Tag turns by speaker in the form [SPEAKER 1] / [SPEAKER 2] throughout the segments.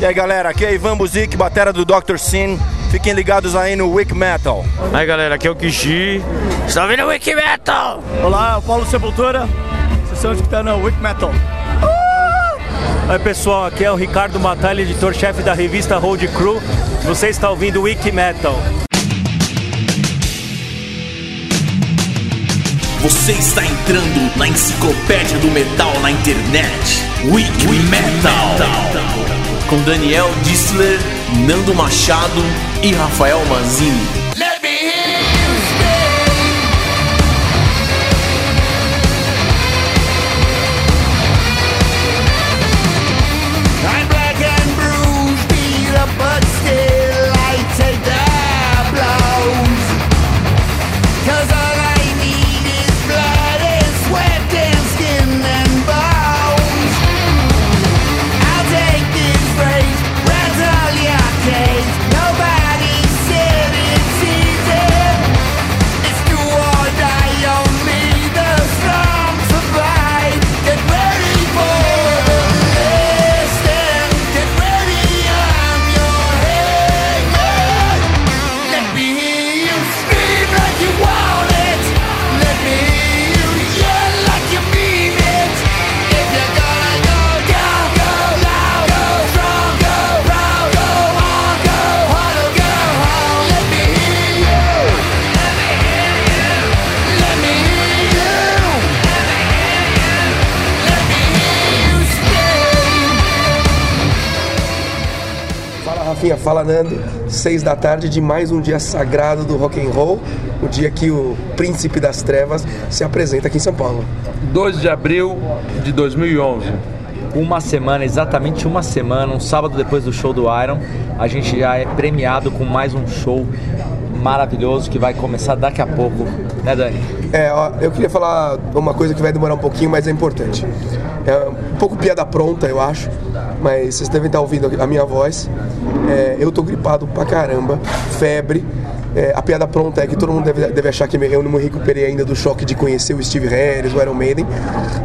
[SPEAKER 1] E aí galera, aqui é Ivan Buzik, batera do Dr. Sin. Fiquem ligados aí no Wick Metal.
[SPEAKER 2] Aí galera, aqui é o Kishi. Está ouvindo o Wiki Metal?
[SPEAKER 3] Olá, eu Paulo Sepultura, vocês estão escutando o Wick Metal. Oi pessoal, aqui é o Ricardo Matalha, editor-chefe da revista Road Crew. Você está ouvindo o Wiki Metal.
[SPEAKER 4] Você está entrando na enciclopédia do metal na internet. Week Metal. Com Daniel Dissler, Nando Machado e Rafael Manzini.
[SPEAKER 5] Fala Rafinha, fala Nando. Seis da tarde de mais um dia sagrado do rock and roll, o dia que o príncipe das trevas se apresenta aqui em São Paulo.
[SPEAKER 6] 2 de abril de 2011.
[SPEAKER 7] Uma semana, exatamente uma semana, um sábado depois do show do Iron, a gente já é premiado com mais um show maravilhoso que vai começar daqui a pouco, né Dani?
[SPEAKER 5] É, ó, eu queria falar uma coisa que vai demorar um pouquinho, mas é importante. É um pouco piada pronta, eu acho, mas vocês devem estar ouvindo a minha voz. É, eu tô gripado pra caramba, febre. É, a piada pronta é que todo mundo deve, deve achar que eu não me recuperei ainda do choque de conhecer o Steve Harris, o Iron Maiden.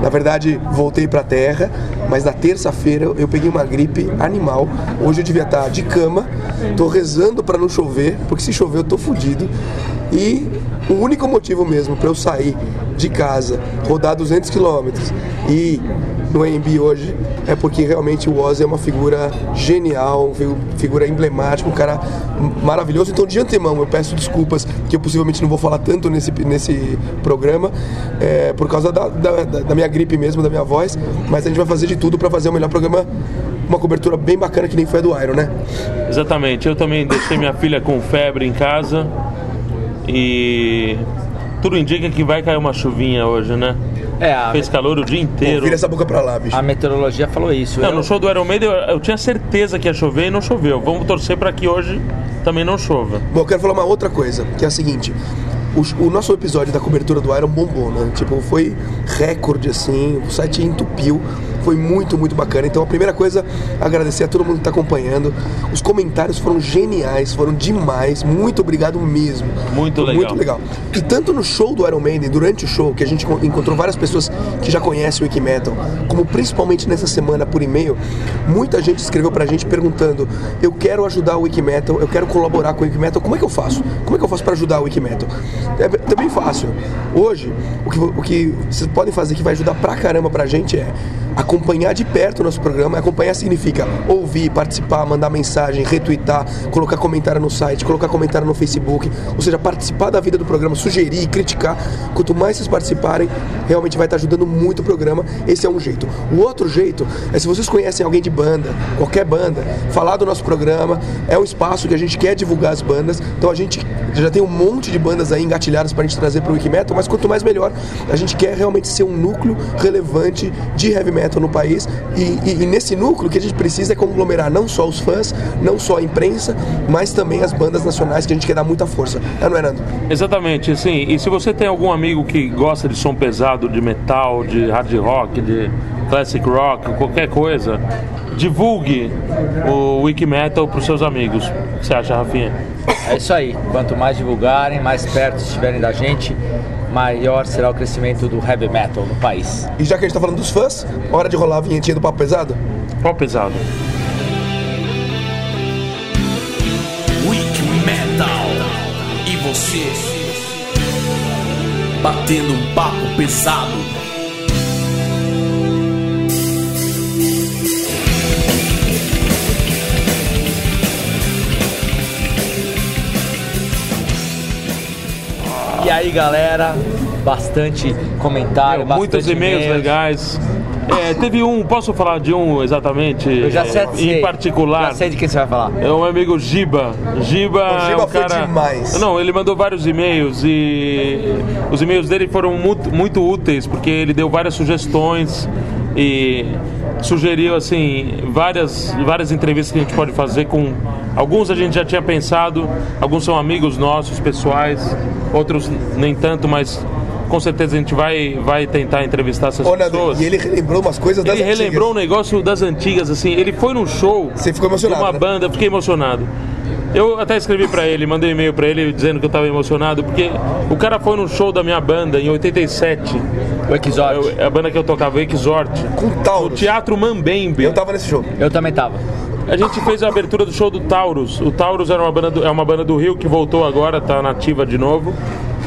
[SPEAKER 5] Na verdade, voltei pra terra, mas na terça-feira eu peguei uma gripe animal. Hoje eu devia estar de cama, tô rezando pra não chover, porque se chover eu tô fudido. E o único motivo mesmo pra eu sair de casa, rodar 200 quilômetros e no AMB hoje é porque realmente o Ozzy é uma figura genial, uma figu- figura emblemática, um cara maravilhoso. Então, de antemão, eu peço desculpas que eu possivelmente não vou falar tanto nesse, nesse programa, é, por causa da, da, da- da minha gripe mesmo, da minha voz, mas a gente vai fazer de tudo para fazer o melhor programa, uma cobertura bem bacana que nem foi a do Iron, né?
[SPEAKER 6] Exatamente, eu também deixei minha filha com febre em casa e tudo indica que vai cair uma chuvinha hoje, né?
[SPEAKER 7] É, a,
[SPEAKER 6] Fez calor o dia
[SPEAKER 5] Pô,
[SPEAKER 6] inteiro.
[SPEAKER 5] vira essa boca pra lá, bicho.
[SPEAKER 7] a meteorologia falou isso.
[SPEAKER 6] Não,
[SPEAKER 7] Eu-
[SPEAKER 6] no show do Iron Maiden eu, eu tinha certeza que ia chover e não choveu. Vamos torcer pra que hoje também não chova.
[SPEAKER 5] Bom, eu quero falar uma outra coisa, que é a seguinte. O, o nosso episódio da cobertura do Iron bombou, né? Tipo, foi recorde, assim, o site entupiu, foi muito, muito bacana. Então, a primeira coisa, agradecer a todo mundo que tá acompanhando. Os comentários foram geniais, foram demais. Muito obrigado mesmo.
[SPEAKER 6] Muito
[SPEAKER 5] Foi
[SPEAKER 6] legal.
[SPEAKER 5] Muito legal. E tanto no show do Iron Maiden, durante o show, que a gente encontrou várias pessoas que já conhecem o Wiki Metal, como principalmente nessa semana por e-mail, muita gente escreveu pra gente perguntando: eu quero ajudar o Wiki Metal, eu quero colaborar com o Wiki Metal, como é que eu faço? Como é que eu faço pra ajudar o Wiki Metal? É, b- também fácil. Hoje, o que, o que vocês podem fazer que vai ajudar pra caramba pra gente é acompanhar de perto o nosso programa. Acompanhar significa ouvir, participar, mandar mensagem, retweetar, colocar comentário no site, colocar comentário no Facebook, ou seja, participar da vida do programa, sugerir, criticar. Quanto mais vocês participarem, realmente vai estar ajudando muito o programa. Esse é um jeito. O outro jeito é se vocês conhecem alguém de banda, qualquer banda, falar do nosso programa, é um espaço que a gente quer divulgar as bandas. Então a gente já tem um monte de bandas aí engatilhadas pra gente trazer pro Wikimetal, mas quanto mais melhor, a gente quer realmente ser um núcleo relevante de heavy metal no país. E, e- e nesse núcleo o que a gente precisa é conglomerar não só os fãs, não só a imprensa, mas também as bandas nacionais que a gente quer dar muita força. É, não é, Nando?
[SPEAKER 6] Exatamente, sim. E se você tem algum amigo que gosta de som pesado, de metal, de hard rock, de classic rock, qualquer coisa, divulgue o Wiki Metal pros seus amigos. O que você acha, Rafinha?
[SPEAKER 7] É isso aí. Quanto mais divulgarem, mais perto estiverem da gente, maior será o crescimento do heavy metal no país.
[SPEAKER 5] E já que a gente tá falando dos fãs, hora de rolar a vinhetinha do Papo Pesado?
[SPEAKER 6] Qual pesado?
[SPEAKER 8] Thank
[SPEAKER 4] você. Batendo um papo pesado.
[SPEAKER 7] E aí, galera, bastante comentário, bastante
[SPEAKER 6] Muitos e-mails legais. É, teve um, posso falar de um exatamente?
[SPEAKER 7] Eu já
[SPEAKER 6] é,
[SPEAKER 7] sei,
[SPEAKER 6] Em particular.
[SPEAKER 7] Já sei de quem você vai falar.
[SPEAKER 6] É um amigo Giba. Giba,
[SPEAKER 5] O Giba
[SPEAKER 6] é um
[SPEAKER 5] foi
[SPEAKER 6] cara...
[SPEAKER 5] demais.
[SPEAKER 6] Não, ele mandou vários e-mails e os e-mails dele foram muito, muito úteis porque ele deu várias sugestões e sugeriu assim várias, várias entrevistas que a gente pode fazer com alguns a gente já tinha pensado, alguns são amigos nossos pessoais, outros nem tanto, mas com certeza a gente vai, vai tentar entrevistar essas
[SPEAKER 5] Ô, Nando,
[SPEAKER 6] pessoas.
[SPEAKER 5] e ele relembrou umas coisas das
[SPEAKER 6] Ele
[SPEAKER 5] antigas.
[SPEAKER 6] relembrou um negócio das antigas, assim. Ele foi num show.
[SPEAKER 5] Você ficou emocionado,
[SPEAKER 6] de Uma
[SPEAKER 5] né?
[SPEAKER 6] banda, fiquei emocionado. Eu até escrevi pra ele, mandei um e-mail pra ele dizendo que eu tava emocionado, porque o cara foi num show da minha banda em 87.
[SPEAKER 7] O episódio.
[SPEAKER 6] Eu- É a banda que eu tocava, Exhort.
[SPEAKER 5] Com
[SPEAKER 6] O
[SPEAKER 5] Taurus.
[SPEAKER 6] Teatro Mambembe.
[SPEAKER 5] Eu tava nesse show.
[SPEAKER 7] Eu também tava.
[SPEAKER 6] A gente fez a abertura do show do Taurus. O Taurus era uma banda do, é uma banda do Rio que voltou agora, tá nativa de novo.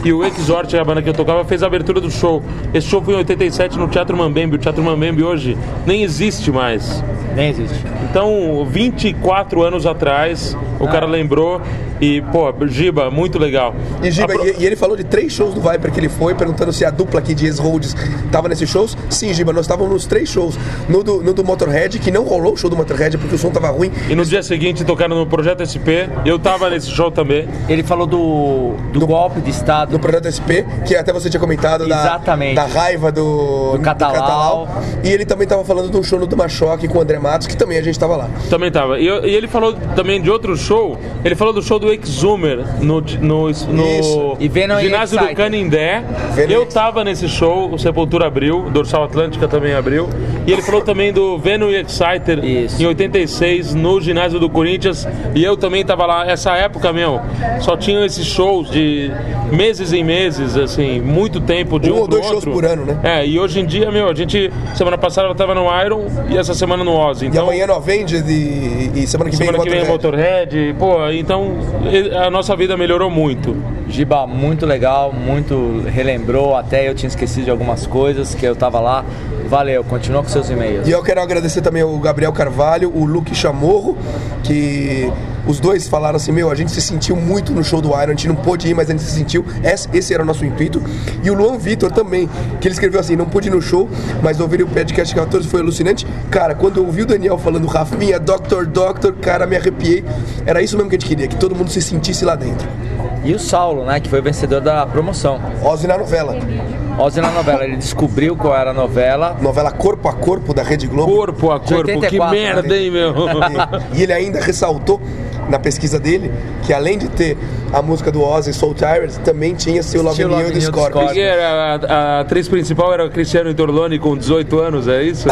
[SPEAKER 6] E o Exhort, a banda que eu tocava, fez a abertura do show. Esse show foi em 87 no Teatro Mambembe. O Teatro Mambembe hoje nem existe mais.
[SPEAKER 7] Nem existe.
[SPEAKER 6] Então, 24 anos atrás, o cara lembrou e, pô, Giba, muito legal.
[SPEAKER 5] E, Giba,
[SPEAKER 6] Apro-
[SPEAKER 5] e, e ele falou de três shows do Viper que ele foi, perguntando se a dupla aqui de ex-holds tava nesses shows. Sim, Giba, nós estávamos nos três shows. No do, no do Motorhead, que não rolou o show do Motorhead porque o som tava ruim.
[SPEAKER 6] E no dia seguinte tocaram no Projeto SP, eu tava nesse show também.
[SPEAKER 7] Ele falou do, do golpe de Estado.
[SPEAKER 5] No projeto SP, que até você tinha comentado da,
[SPEAKER 7] Exatamente.
[SPEAKER 5] da raiva do,
[SPEAKER 7] Do Catalau.
[SPEAKER 5] E ele também tava falando de um show no Dumachoque com o André Matos, que também a gente tava lá.
[SPEAKER 6] Também tava. E, eu- e ele falou também de outro show, ele falou do show do Exhumer no, no,
[SPEAKER 5] Isso.
[SPEAKER 6] no
[SPEAKER 7] E Venom e
[SPEAKER 6] ginásio do
[SPEAKER 7] Exciter.
[SPEAKER 6] Canindé.
[SPEAKER 5] Venom e
[SPEAKER 6] Eu
[SPEAKER 5] Exciter.
[SPEAKER 6] tava nesse show, o Sepultura abriu, Dorsal Atlântica também abriu. E ele falou também do Venom e Exciter
[SPEAKER 7] Isso.
[SPEAKER 6] em 86 no ginásio do Corinthians. E eu também tava lá. Essa época, meu, só tinham esses shows de meses em meses, assim, muito tempo de
[SPEAKER 5] Um
[SPEAKER 6] um,
[SPEAKER 5] ou
[SPEAKER 6] pro
[SPEAKER 5] dois shows
[SPEAKER 6] outro.
[SPEAKER 5] por ano, né?
[SPEAKER 6] É, e hoje em dia, meu, a gente, semana passada eu tava no Iron e essa semana no Ozzy.
[SPEAKER 5] E
[SPEAKER 6] Então,
[SPEAKER 5] amanhã no Avenged e, e semana que
[SPEAKER 6] Semana
[SPEAKER 5] vem
[SPEAKER 6] que vem é
[SPEAKER 5] no Motorhead.
[SPEAKER 6] Motorhead, pô, então e- a nossa vida melhorou muito.
[SPEAKER 7] Giba, muito legal, muito relembrou. Até eu tinha esquecido de algumas coisas que eu tava lá. Valeu, continua com seus e-mails.
[SPEAKER 5] E eu quero agradecer também o Gabriel Carvalho, o Luke Chamorro, que os dois falaram assim: meu, a gente se sentiu muito no show do Iron, a gente não pôde ir, mas a gente se sentiu. Esse esse era o nosso intuito. E o Luan Vitor também, que ele escreveu assim: não pude ir no show, mas ouvir o podcast 14 foi alucinante. Cara, quando eu ouvi o Daniel falando Rafinha, Doctor, Doctor, cara, me arrepiei. Era isso mesmo que a gente queria, que todo mundo se sentisse lá dentro.
[SPEAKER 7] E o Saulo, né, que foi o vencedor da promoção.
[SPEAKER 5] Ozzy na novela.
[SPEAKER 7] Ozzy na novela, ele descobriu qual era a novela.
[SPEAKER 5] Novela Corpo a Corpo da Rede Globo.
[SPEAKER 6] Corpo a corpo, que
[SPEAKER 7] 84,
[SPEAKER 6] merda, hein, meu?
[SPEAKER 5] E ele ainda ressaltou na pesquisa dele que além de ter a música do Ozzy Soul Tyrants, também tinha seu Love
[SPEAKER 7] Still
[SPEAKER 5] Me
[SPEAKER 7] Love
[SPEAKER 5] You do
[SPEAKER 7] Me You do
[SPEAKER 5] Scorpions.
[SPEAKER 6] Porque era- a, a atriz principal era a Cristiano Torloni com 18 anos, é isso?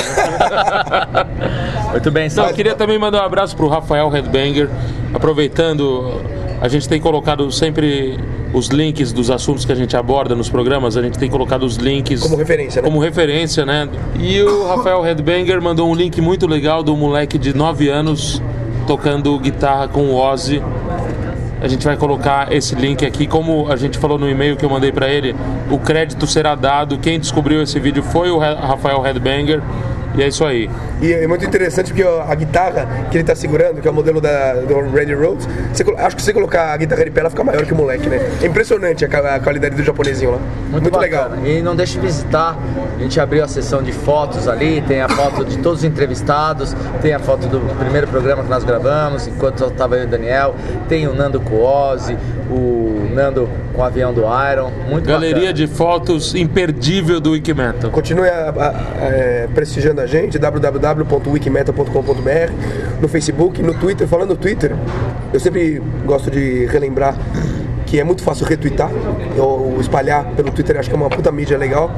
[SPEAKER 7] Muito bem,
[SPEAKER 6] Não,
[SPEAKER 7] Saulo.
[SPEAKER 6] eu queria também mandar um abraço pro Rafael Redbanger, aproveitando, a gente tem colocado sempre os links dos assuntos que a gente aborda nos programas, a gente tem colocado os links
[SPEAKER 5] Como referência, né?
[SPEAKER 6] como referência, né? E o Rafael Redbanger mandou um link muito legal do moleque de 9 anos tocando guitarra com o Ozzy. A gente vai colocar esse link aqui, como a gente falou no e-mail que eu mandei pra ele, o crédito será dado. Quem descobriu esse vídeo foi o Ra- Rafael Redbanger. E é isso aí.
[SPEAKER 5] E é muito interessante porque ó, a guitarra que ele tá segurando, que é o modelo da, do Randy Rhodes, você colo- acho que se você colocar a guitarra de pé, ela fica maior que o moleque, né? É impressionante a, ca- a qualidade do japonesinho lá. Muito, legal.
[SPEAKER 7] bacana. E não deixe de visitar. A gente abriu a sessão de fotos ali, tem a foto de todos os entrevistados, tem a foto do primeiro programa que nós gravamos, enquanto só tava eu e o Daniel, tem o Nando Coose, o Nando com o avião do Iron. Muito
[SPEAKER 6] Galeria
[SPEAKER 7] bacana.
[SPEAKER 6] de fotos imperdível do Wikimetal.
[SPEAKER 5] Continue a- a- é, prestigiando a gente, www.wikimeta.com.br, no Facebook, no Twitter. Falando no Twitter, eu sempre gosto de relembrar que é muito fácil retweetar ou espalhar pelo Twitter, acho que é uma puta mídia legal,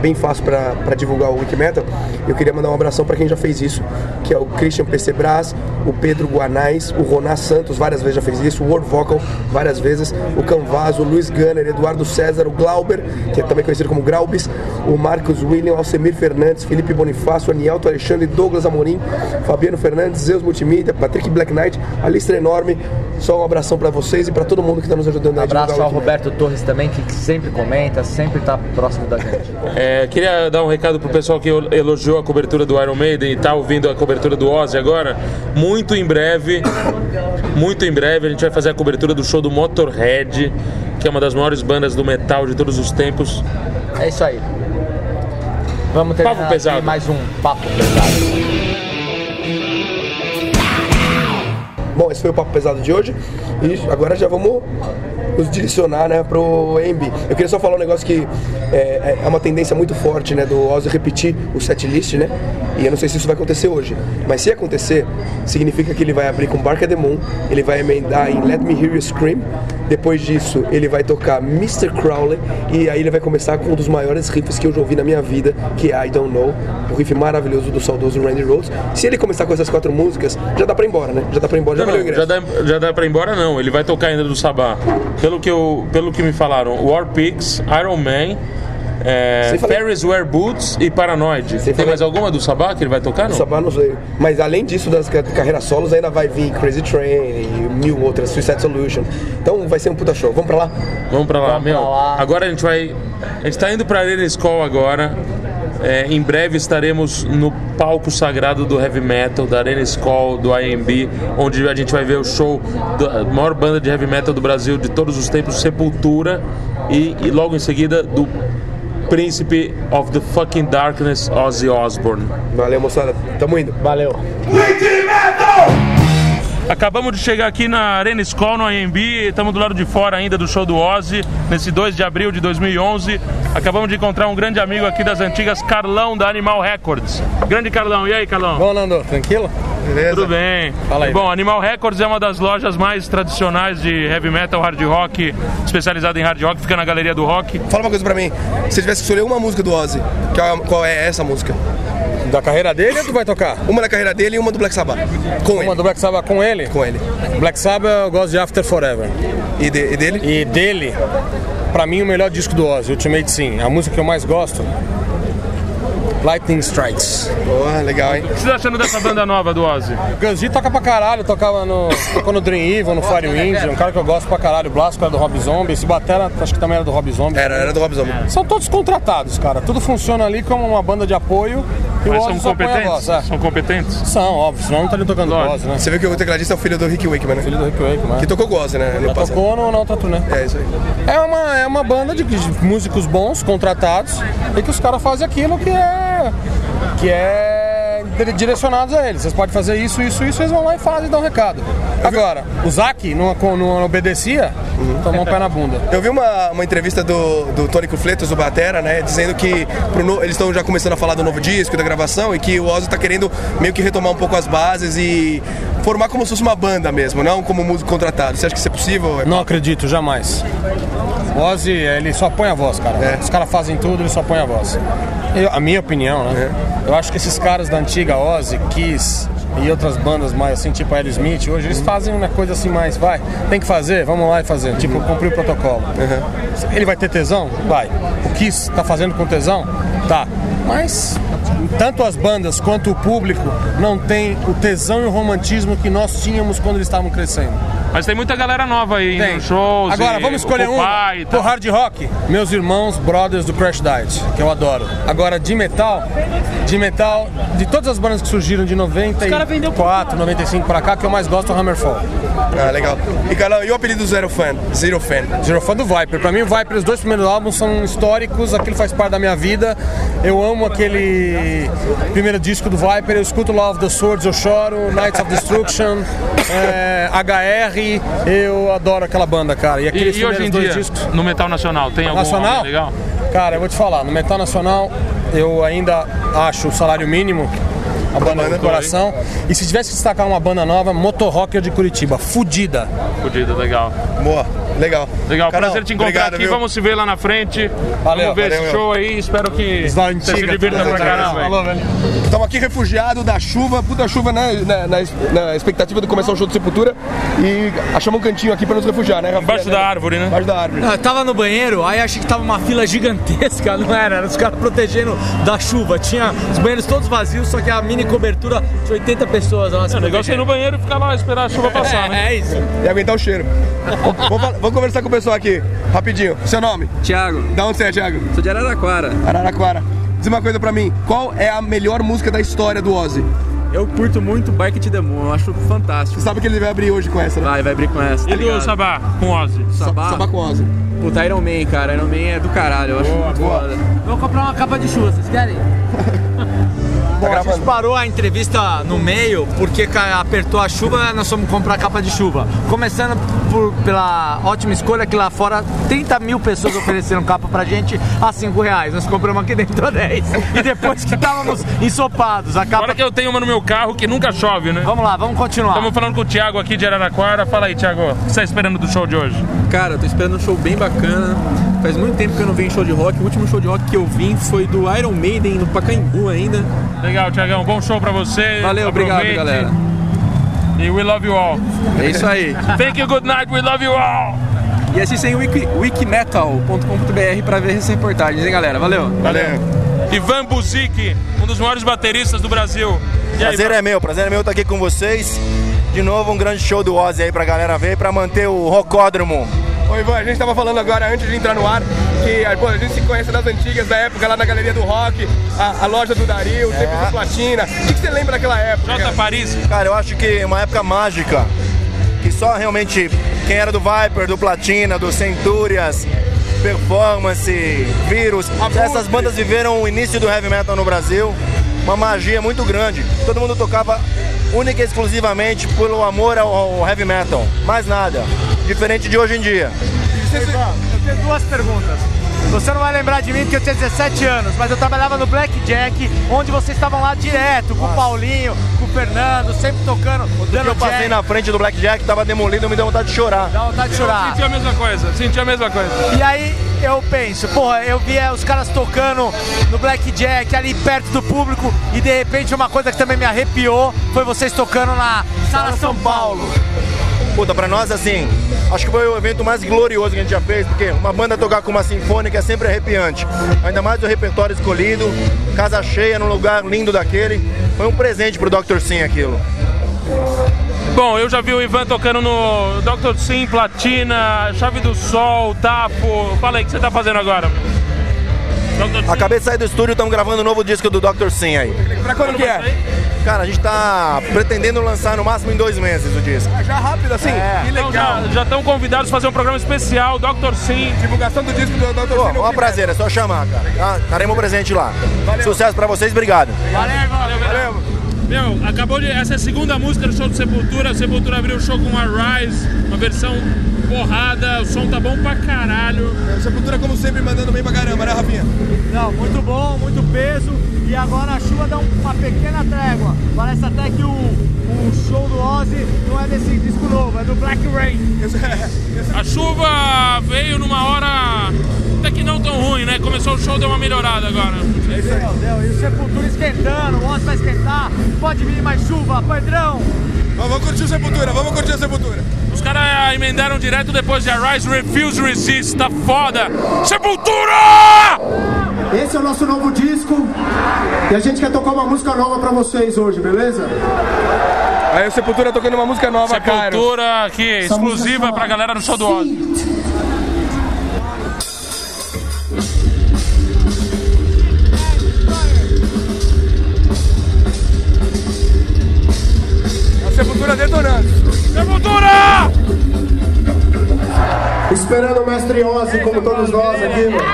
[SPEAKER 5] bem fácil pra pra divulgar o Wikimeta. Eu queria mandar um abração pra quem já fez isso, que é o Christian PC Brás, o Pedro Guanais, o Roná Santos, várias vezes já fez isso, o World Vocal, várias vezes, o Canvas, o Luiz Gunner, Eduardo César, o Glauber, que é também conhecido como Graubis, o Marcos William, Alcemir Fernandes, Felipe Bonifácio, Anielto Alexandre, Douglas Amorim, Fabiano Fernandes, Zeus Multimídia, Patrick Black Knight, a lista é enorme. Só um abração pra vocês e pra todo mundo que tá nos ajudando né?
[SPEAKER 7] Abraço
[SPEAKER 5] divulgar
[SPEAKER 7] ao
[SPEAKER 5] o Wikimedia.
[SPEAKER 7] Roberto Torres também, que sempre comenta, sempre tá próximo da gente.
[SPEAKER 6] É, queria dar um recado pro pessoal que elogiou a cobertura do Iron Maiden e tá ouvindo a cobertura do Ozzy agora. Muito em breve, muito em breve, a gente vai fazer a cobertura do show do Motorhead, que é uma das maiores bandas do metal de todos os tempos.
[SPEAKER 7] É isso aí. Vamos
[SPEAKER 6] Papo
[SPEAKER 7] terminar aqui
[SPEAKER 6] pesado.
[SPEAKER 7] mais um papo pesado.
[SPEAKER 5] Bom, esse foi o papo pesado de hoje. E agora já vamos nos direcionar, né, pro Embi. Eu queria só falar um negócio que é, é uma tendência muito forte, né, do Ozzy repetir o setlist, né? E eu não sei se isso vai acontecer hoje, mas se acontecer, significa que ele vai abrir com Bark at the Moon, ele vai emendar em Let Me Hear You Scream. Depois disso, ele vai tocar Mr. Crowley e aí ele vai começar com um dos maiores riffs que eu já ouvi na minha vida, que é I Don't Know, o riff maravilhoso do saudoso Randy Rhoads. Se ele começar com essas quatro músicas, já dá pra ir embora, né? Já dá pra ir embora, já
[SPEAKER 6] Não,
[SPEAKER 5] valeu o
[SPEAKER 6] não,
[SPEAKER 5] ingresso.
[SPEAKER 6] já dá, já dá pra ir embora não, ele vai tocar ainda do Sabá. Pelo que, eu, pelo que me falaram, War Pigs, Iron Man, é,
[SPEAKER 5] Sem falar-
[SPEAKER 6] Paris Wear Boots e Paranoid. Tem
[SPEAKER 5] falar-
[SPEAKER 6] mais alguma do Sabá que ele vai tocar? Não?
[SPEAKER 5] Sabá não sei. Mas além disso, das ca- carreiras solos, ainda vai vir Crazy Train e mil outras, Suicide Solution. Então vai ser um puta show. Vamos pra lá?
[SPEAKER 6] Vamos pra lá, meu.
[SPEAKER 7] pra lá.
[SPEAKER 6] Agora a gente vai. A gente tá indo pra Arena School agora. É, em breve estaremos no palco sagrado do heavy metal, da Arena School, do IMB, onde a gente vai ver o show da maior banda de heavy metal do Brasil de todos os tempos, Sepultura, e, e logo em seguida do Príncipe of the Fucking Darkness, Ozzy Osbourne.
[SPEAKER 5] Valeu, moçada. Tamo indo.
[SPEAKER 7] Valeu.
[SPEAKER 6] Acabamos de chegar aqui na Arena School, no AMB, estamos do lado de fora ainda do show do Ozzy, nesse 2 de abril de 2011. Acabamos de encontrar um grande amigo aqui das antigas, Carlão, da Animal Records. Grande Carlão, e aí, Carlão?
[SPEAKER 8] Bom, Nando, tranquilo? Beleza?
[SPEAKER 6] Tudo bem.
[SPEAKER 8] Fala aí.
[SPEAKER 6] Bom, Animal Records é uma das lojas mais tradicionais de heavy metal, hard rock, especializada em hard rock, fica na Galeria do Rock.
[SPEAKER 5] Fala uma coisa pra mim. Se você tivesse que escolher uma música do Ozzy, que é- qual é essa música?
[SPEAKER 8] Da carreira dele ou tu é vai tocar?
[SPEAKER 5] Uma da carreira dele e uma do Black Sabbath. Com
[SPEAKER 8] Uma
[SPEAKER 5] ele.
[SPEAKER 8] do
[SPEAKER 7] é
[SPEAKER 8] Black Sabbath com ele?
[SPEAKER 5] Com ele.
[SPEAKER 8] Black Sabbath eu gosto de After Forever.
[SPEAKER 5] E, de- e dele?
[SPEAKER 8] E dele, pra mim, o melhor disco do Ozzy, Ultimate Sim. A música que eu mais gosto, Lightning Strikes.
[SPEAKER 5] Boa, legal, hein?
[SPEAKER 6] O que você está tá achando dessa banda nova do Ozzy?
[SPEAKER 8] O Ganzi toca pra caralho, tocava no, tocou no Dream Evil, no Fire Wind, um cara que eu gosto pra caralho, o Blasco era do Rob Zombie, esse Batera acho que também era do Rob Zombie.
[SPEAKER 5] Era, era do Rob Zombie.
[SPEAKER 8] São todos contratados, cara, tudo funciona ali como uma banda de apoio e
[SPEAKER 6] Mas
[SPEAKER 8] o Ozzy
[SPEAKER 6] são
[SPEAKER 8] só põe a
[SPEAKER 6] competentes?
[SPEAKER 8] voz. é.
[SPEAKER 6] São competentes?
[SPEAKER 8] São, óbvio, senão não tá ali tocando
[SPEAKER 6] Lógico.
[SPEAKER 8] Ozzy, né?
[SPEAKER 5] Você viu que o tecladista é o filho do Rick Wakeman, né?
[SPEAKER 8] Filho do Rick Wake,
[SPEAKER 5] Que
[SPEAKER 8] mas...
[SPEAKER 5] tocou com o Ozzy, né? No
[SPEAKER 8] Já
[SPEAKER 5] passado.
[SPEAKER 8] tocou no, na outra turnê.
[SPEAKER 5] É isso aí.
[SPEAKER 8] É uma, é uma banda de, de músicos bons, contratados, e que os caras fazem aquilo que é. que é dire- direcionados a eles. Vocês podem fazer isso, isso, isso, eles vão lá e fazem e dão um recado. Agora, o Zac não, aco- não obedecia, tomou um pé na bunda.
[SPEAKER 5] Eu vi uma, uma entrevista do, do Tony Cufletos, do Batera, né? Dizendo que pro no- eles estão já começando a falar do novo disco, da gravação, e que o Ozzy tá querendo meio que retomar um pouco as bases e formar como se fosse uma banda mesmo, não como músico contratado. Você acha que isso é possível?
[SPEAKER 8] Não acredito, jamais. O Ozzy, é, ele só põe a voz, cara.
[SPEAKER 5] É.
[SPEAKER 8] Os caras fazem tudo, ele só põe a voz. Eu- a minha opinião, né? Eu acho que esses caras da antiga Ozzy, Kiss e outras bandas mais assim, tipo Aerosmith, hoje eles fazem uma coisa assim mais, vai, tem que fazer, vamos lá e fazer. Tipo, cumprir o protocolo. Ele vai ter tesão? Vai. O Kiss tá fazendo com tesão? Tá. Mas tanto as bandas quanto o público não tem o tesão e o romantismo que nós tínhamos quando eles estavam crescendo.
[SPEAKER 6] Mas tem muita galera nova aí,
[SPEAKER 8] Tem.
[SPEAKER 6] nos shows.
[SPEAKER 8] Agora,
[SPEAKER 6] e
[SPEAKER 8] vamos escolher um.
[SPEAKER 6] o pai e
[SPEAKER 8] Pro
[SPEAKER 6] tal.
[SPEAKER 8] hard rock, meus irmãos, brothers do Crash Diet, que eu adoro. Agora, de metal, de metal, de todas as bandas que surgiram de 94, 95 pra cá, que eu mais gosto é o Hammerfall.
[SPEAKER 5] Ah, legal. E Carlão, e o apelido Zero Fan? Zero Fan.
[SPEAKER 8] Zero fã do Viper. Pra mim, o Viper, os dois primeiros álbuns são históricos, aquilo faz parte da minha vida. Eu amo aquele primeiro disco do Viper, eu escuto Love of the Swords, eu choro, Knights of Destruction, é, HR, eu adoro aquela banda, cara. E
[SPEAKER 6] E,
[SPEAKER 8] aqueles
[SPEAKER 6] e hoje em
[SPEAKER 8] primeiros dois
[SPEAKER 6] dia,
[SPEAKER 8] discos.
[SPEAKER 6] no metal nacional, tem algum
[SPEAKER 8] Nacional?
[SPEAKER 6] nome legal?
[SPEAKER 8] Cara, eu vou te falar, no metal nacional eu ainda acho o salário mínimo. A banda
[SPEAKER 6] né?
[SPEAKER 8] do coração. E se tivesse que destacar uma banda nova, Motor Rocker de Curitiba, fudida.
[SPEAKER 6] Fudido, legal.
[SPEAKER 5] Boa, legal.
[SPEAKER 6] Legal,
[SPEAKER 5] Carlão,
[SPEAKER 6] prazer te encontrar
[SPEAKER 5] obrigado,
[SPEAKER 6] aqui.
[SPEAKER 5] viu?
[SPEAKER 6] Vamos se ver lá na frente.
[SPEAKER 8] Valeu,
[SPEAKER 6] Vamos ver
[SPEAKER 5] valeu,
[SPEAKER 6] esse
[SPEAKER 5] meu.
[SPEAKER 6] show aí. Espero que
[SPEAKER 8] Da
[SPEAKER 6] você se
[SPEAKER 8] antiga,
[SPEAKER 6] divirta
[SPEAKER 8] todas
[SPEAKER 6] pra
[SPEAKER 8] as
[SPEAKER 6] caramba.
[SPEAKER 8] bandas.
[SPEAKER 6] aí.
[SPEAKER 8] Alô, velho.
[SPEAKER 5] Estamos aqui refugiado da chuva, puta chuva na, na, na, na expectativa de começar o show do Sepultura e achamos um cantinho aqui pra nos refugiar, né, Rafael?
[SPEAKER 6] Embaixo da árvore, né?
[SPEAKER 5] Embaixo da árvore.
[SPEAKER 9] Eu Ah, tava no banheiro, aí achei que tava uma fila gigantesca, não era? Era os caras protegendo da chuva. Tinha os banheiros todos vazios, só que a mini cobertura de 80 pessoas. Lá,
[SPEAKER 6] O negócio é ir no banheiro e ficar lá esperar a chuva passar, né?
[SPEAKER 9] É, é isso.
[SPEAKER 5] E aguentar o cheiro. Vou, fal- vou falar, vamos conversar com o pessoal aqui, rapidinho. Seu nome?
[SPEAKER 10] Thiago,
[SPEAKER 5] Da onde você é, Thiago?
[SPEAKER 10] sou de Araraquara.
[SPEAKER 5] Araraquara. Diz uma coisa pra mim, qual é a melhor música da história do Ozzy?
[SPEAKER 10] Eu curto muito Bark the Moon, eu acho fantástico.
[SPEAKER 5] Você sabe que ele vai abrir hoje com essa, né?
[SPEAKER 10] Vai, vai abrir com essa. Tá
[SPEAKER 6] E do
[SPEAKER 10] ligado?
[SPEAKER 6] Sabá, com Ozzy.
[SPEAKER 10] Sabá?
[SPEAKER 5] Sabá com Ozzy.
[SPEAKER 10] Puta, Iron Man, cara. Iron Man é do caralho, eu acho muito
[SPEAKER 5] boa.
[SPEAKER 10] foda.
[SPEAKER 9] Vou comprar uma capa de chuva, vocês querem?
[SPEAKER 5] Tá
[SPEAKER 9] A gente
[SPEAKER 5] gravando.
[SPEAKER 9] parou a entrevista no meio porque ca- apertou a chuva nós fomos comprar capa de chuva. Começando por- pela ótima escolha que lá fora 30 mil pessoas ofereceram capa pra gente a 5 reais. Nós compramos aqui dentro a 10. E depois que estávamos ensopados, a capa.
[SPEAKER 6] Agora que eu tenho uma no meu carro que nunca chove, né?
[SPEAKER 9] Vamos lá, vamos continuar.
[SPEAKER 6] Estamos falando com o Thiago aqui de Araraquara. Fala aí, Thiago, o que você tá esperando do show de hoje?
[SPEAKER 10] Cara, eu tô esperando um show bem bacana. Faz muito tempo que eu não venho em show de rock. O último show de rock que eu vim foi do Iron Maiden no Pacaembu ainda.
[SPEAKER 6] Legal, Thiagão, bom show pra você.
[SPEAKER 10] Valeu, obrigado,
[SPEAKER 6] Aproveite.
[SPEAKER 10] galera.
[SPEAKER 6] E we love you all.
[SPEAKER 10] É isso aí.
[SPEAKER 6] Thank you, good night, we love you all.
[SPEAKER 10] E assistem wiki- wikimetal.com.br pra ver essas reportagens, hein, galera. Valeu.
[SPEAKER 1] Valeu.
[SPEAKER 6] Ivan Buzik, um dos maiores bateristas do Brasil. E aí,
[SPEAKER 1] Prazer é meu, prazer é meu estar aqui com vocês. De novo, um grande show do Ozzy aí pra galera ver, pra manter o rocódromo.
[SPEAKER 5] Ô Ivan, a gente tava falando agora, antes de entrar no ar, que ah, pô, a gente se conhece das antigas, da época lá na Galeria do Rock, a, a loja do Dario, o tempo
[SPEAKER 10] É.
[SPEAKER 5] do Platina. O que, que você lembra daquela época? Tá
[SPEAKER 6] Jota
[SPEAKER 5] cara?
[SPEAKER 6] Paris.
[SPEAKER 1] Cara, eu acho que é uma época mágica. Que só realmente quem era do Viper, do Platina, do Centúrias, Performance, Vírus, essas bandas viveram o início do heavy metal no Brasil. Uma magia muito grande. Todo mundo tocava única e exclusivamente pelo amor ao, ao heavy metal. Mais nada. Diferente de hoje em dia.
[SPEAKER 3] Eu tenho duas perguntas. Você não vai lembrar de mim porque eu tinha 17 anos, mas eu trabalhava no Blackjack, onde vocês estavam lá direto, com o Paulinho, com o Fernando, sempre tocando, dando
[SPEAKER 1] Eu passei
[SPEAKER 3] jack.
[SPEAKER 1] na frente do Blackjack, tava demolido, me deu vontade de chorar.
[SPEAKER 3] Dá vontade de chorar.
[SPEAKER 6] Senti a mesma coisa, senti a mesma coisa.
[SPEAKER 3] E aí eu penso, porra, eu via os caras tocando no Blackjack ali perto do público e de repente uma coisa que também me arrepiou foi vocês tocando na Sala São Paulo.
[SPEAKER 1] Puta, pra nós, assim, acho que foi o evento mais glorioso que a gente já fez, porque uma banda tocar com uma sinfônica é sempre arrepiante. Ainda mais o repertório escolhido, casa cheia num lugar lindo daquele. Foi um presente pro Dr. Sim aquilo.
[SPEAKER 6] Bom, eu já vi o Ivan tocando no Dr. Sim, Platina, Chave do Sol, Tapo. Fala aí, o que você tá fazendo agora? Dr. Sim,
[SPEAKER 1] Acabei de sair do estúdio, estamos gravando um novo disco do Dr. Sim aí.
[SPEAKER 5] Pra quando que é?
[SPEAKER 1] Cara, a gente tá pretendendo lançar no máximo em dois meses o disco.
[SPEAKER 5] Já rápido assim?
[SPEAKER 10] É.
[SPEAKER 5] Que
[SPEAKER 6] então já já estão convidados a fazer um programa especial, Dr. Sim.
[SPEAKER 5] Divulgação do disco do Dr.
[SPEAKER 1] Pô,
[SPEAKER 5] Sino
[SPEAKER 1] é um
[SPEAKER 5] Wikimetal.
[SPEAKER 1] prazer, é só chamar, cara. Tá? Estaremos presente lá. Sucesso pra vocês, obrigado.
[SPEAKER 6] Valeu, valeu. Meu, acabou de. Essa é a segunda música do show do Sepultura. O Sepultura abriu o show com a Rise, uma versão porrada. O som tá bom pra caralho.
[SPEAKER 5] Sepultura, como sempre, mandando bem pra caramba, né, Rafinha?
[SPEAKER 3] Não, muito bom, muito peso. E agora a chuva dá um- uma pequena trégua. Parece até que o, o show do Ozzy não é desse disco novo, é do Black Rain.
[SPEAKER 6] A chuva veio numa hora até que não tão ruim, né? Começou o show, deu uma melhorada agora.
[SPEAKER 5] É
[SPEAKER 3] Meu Deus, e o Sepultura é esquentando, o Ozzy vai esquentar. Pode vir mais chuva, Pedrão.
[SPEAKER 5] vamos curtir o Sepultura, vamos curtir o Sepultura.
[SPEAKER 6] Os caras emendaram direto depois de a Rise Refuse Resist, tá foda! Sepultura!
[SPEAKER 11] Esse é o nosso novo disco e a gente quer tocar uma música nova pra vocês hoje, beleza?
[SPEAKER 5] Aí o Sepultura tocando uma música nova, cara.
[SPEAKER 6] Sepultura aqui, exclusiva pra galera do show do Ozzy.
[SPEAKER 5] A Sepultura detonando.
[SPEAKER 6] Sepultura!
[SPEAKER 11] Esperando o mestre Ozzy, como todos nós aqui. mano.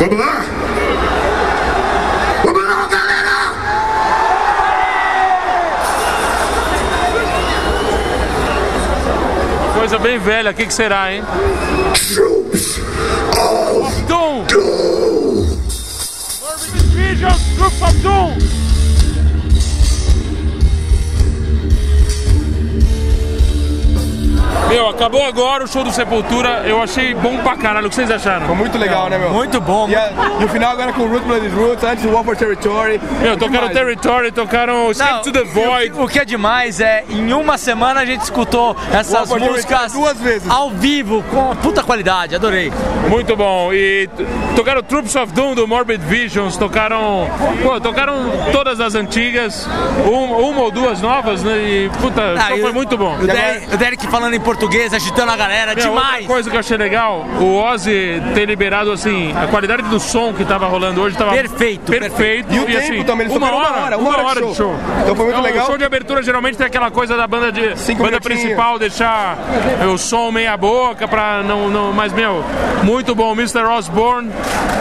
[SPEAKER 12] Vamos lá? Vamos lá, galera!
[SPEAKER 6] Coisa bem velha, o que, que será, hein?
[SPEAKER 12] Troops of
[SPEAKER 6] Doom!
[SPEAKER 12] Doom!
[SPEAKER 6] Visions, Troops of Doom! Meu, acabou agora o show do Sepultura. Eu achei bom pra caralho. O que vocês acharam?
[SPEAKER 5] Foi muito legal, né, meu?
[SPEAKER 9] Muito bom,
[SPEAKER 5] E, a, e o final agora com o Root Blood Roots, antes do War for Territory.
[SPEAKER 6] Meu, tocaram Territory, tocaram Step
[SPEAKER 9] Não,
[SPEAKER 6] to the
[SPEAKER 9] e o que-
[SPEAKER 6] Void.
[SPEAKER 9] O, que é demais é, em uma semana a gente escutou essas
[SPEAKER 5] Opa,
[SPEAKER 9] músicas
[SPEAKER 5] duas vezes.
[SPEAKER 9] ao vivo, com puta qualidade, adorei.
[SPEAKER 6] Muito bom. E t- tocaram Troops of Doom do Morbid Visions. Tocaram. Pô, tocaram todas as antigas. um- uma ou duas novas, né? E, puta, o
[SPEAKER 9] Ah,
[SPEAKER 6] show
[SPEAKER 9] e
[SPEAKER 6] foi
[SPEAKER 9] o-
[SPEAKER 6] muito bom.
[SPEAKER 5] É.
[SPEAKER 9] O, Der- o Derek falando em português agitando a galera,
[SPEAKER 6] Meu,
[SPEAKER 9] demais.
[SPEAKER 6] Outra coisa que eu achei legal, o Ozzy ter liberado assim, a qualidade do som que tava rolando hoje tava perfeito, perfeito.
[SPEAKER 1] E o tempo
[SPEAKER 6] assim,
[SPEAKER 1] também, eles
[SPEAKER 6] uma
[SPEAKER 1] tocaram
[SPEAKER 6] hora,
[SPEAKER 1] uma hora, uma hora de show. Então foi muito legal.
[SPEAKER 6] O show de abertura geralmente tem aquela coisa da banda de
[SPEAKER 1] Cinco
[SPEAKER 6] banda
[SPEAKER 1] minutinhos.
[SPEAKER 6] principal deixar o som meia boca pra não, não, mas meu, muito bom, Mr. Osborne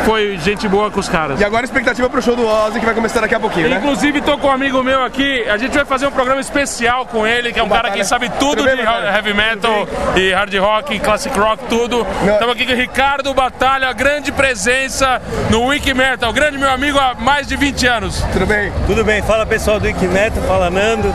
[SPEAKER 6] foi gente boa com os caras.
[SPEAKER 1] E agora a expectativa pro show do Ozzy que vai começar daqui a pouquinho, né?
[SPEAKER 6] Inclusive, tô com um amigo meu aqui. A gente vai fazer um programa especial com ele, que é um cara que sabe tudo de heavy metal e hard rock, classic rock, tudo. Estamos aqui com o Ricardo Batalha, grande presença no Wiki Metal, grande meu amigo há mais de 20 anos.
[SPEAKER 1] Tudo bem?
[SPEAKER 13] Tudo bem, fala pessoal do Iquimeto, fala Nando.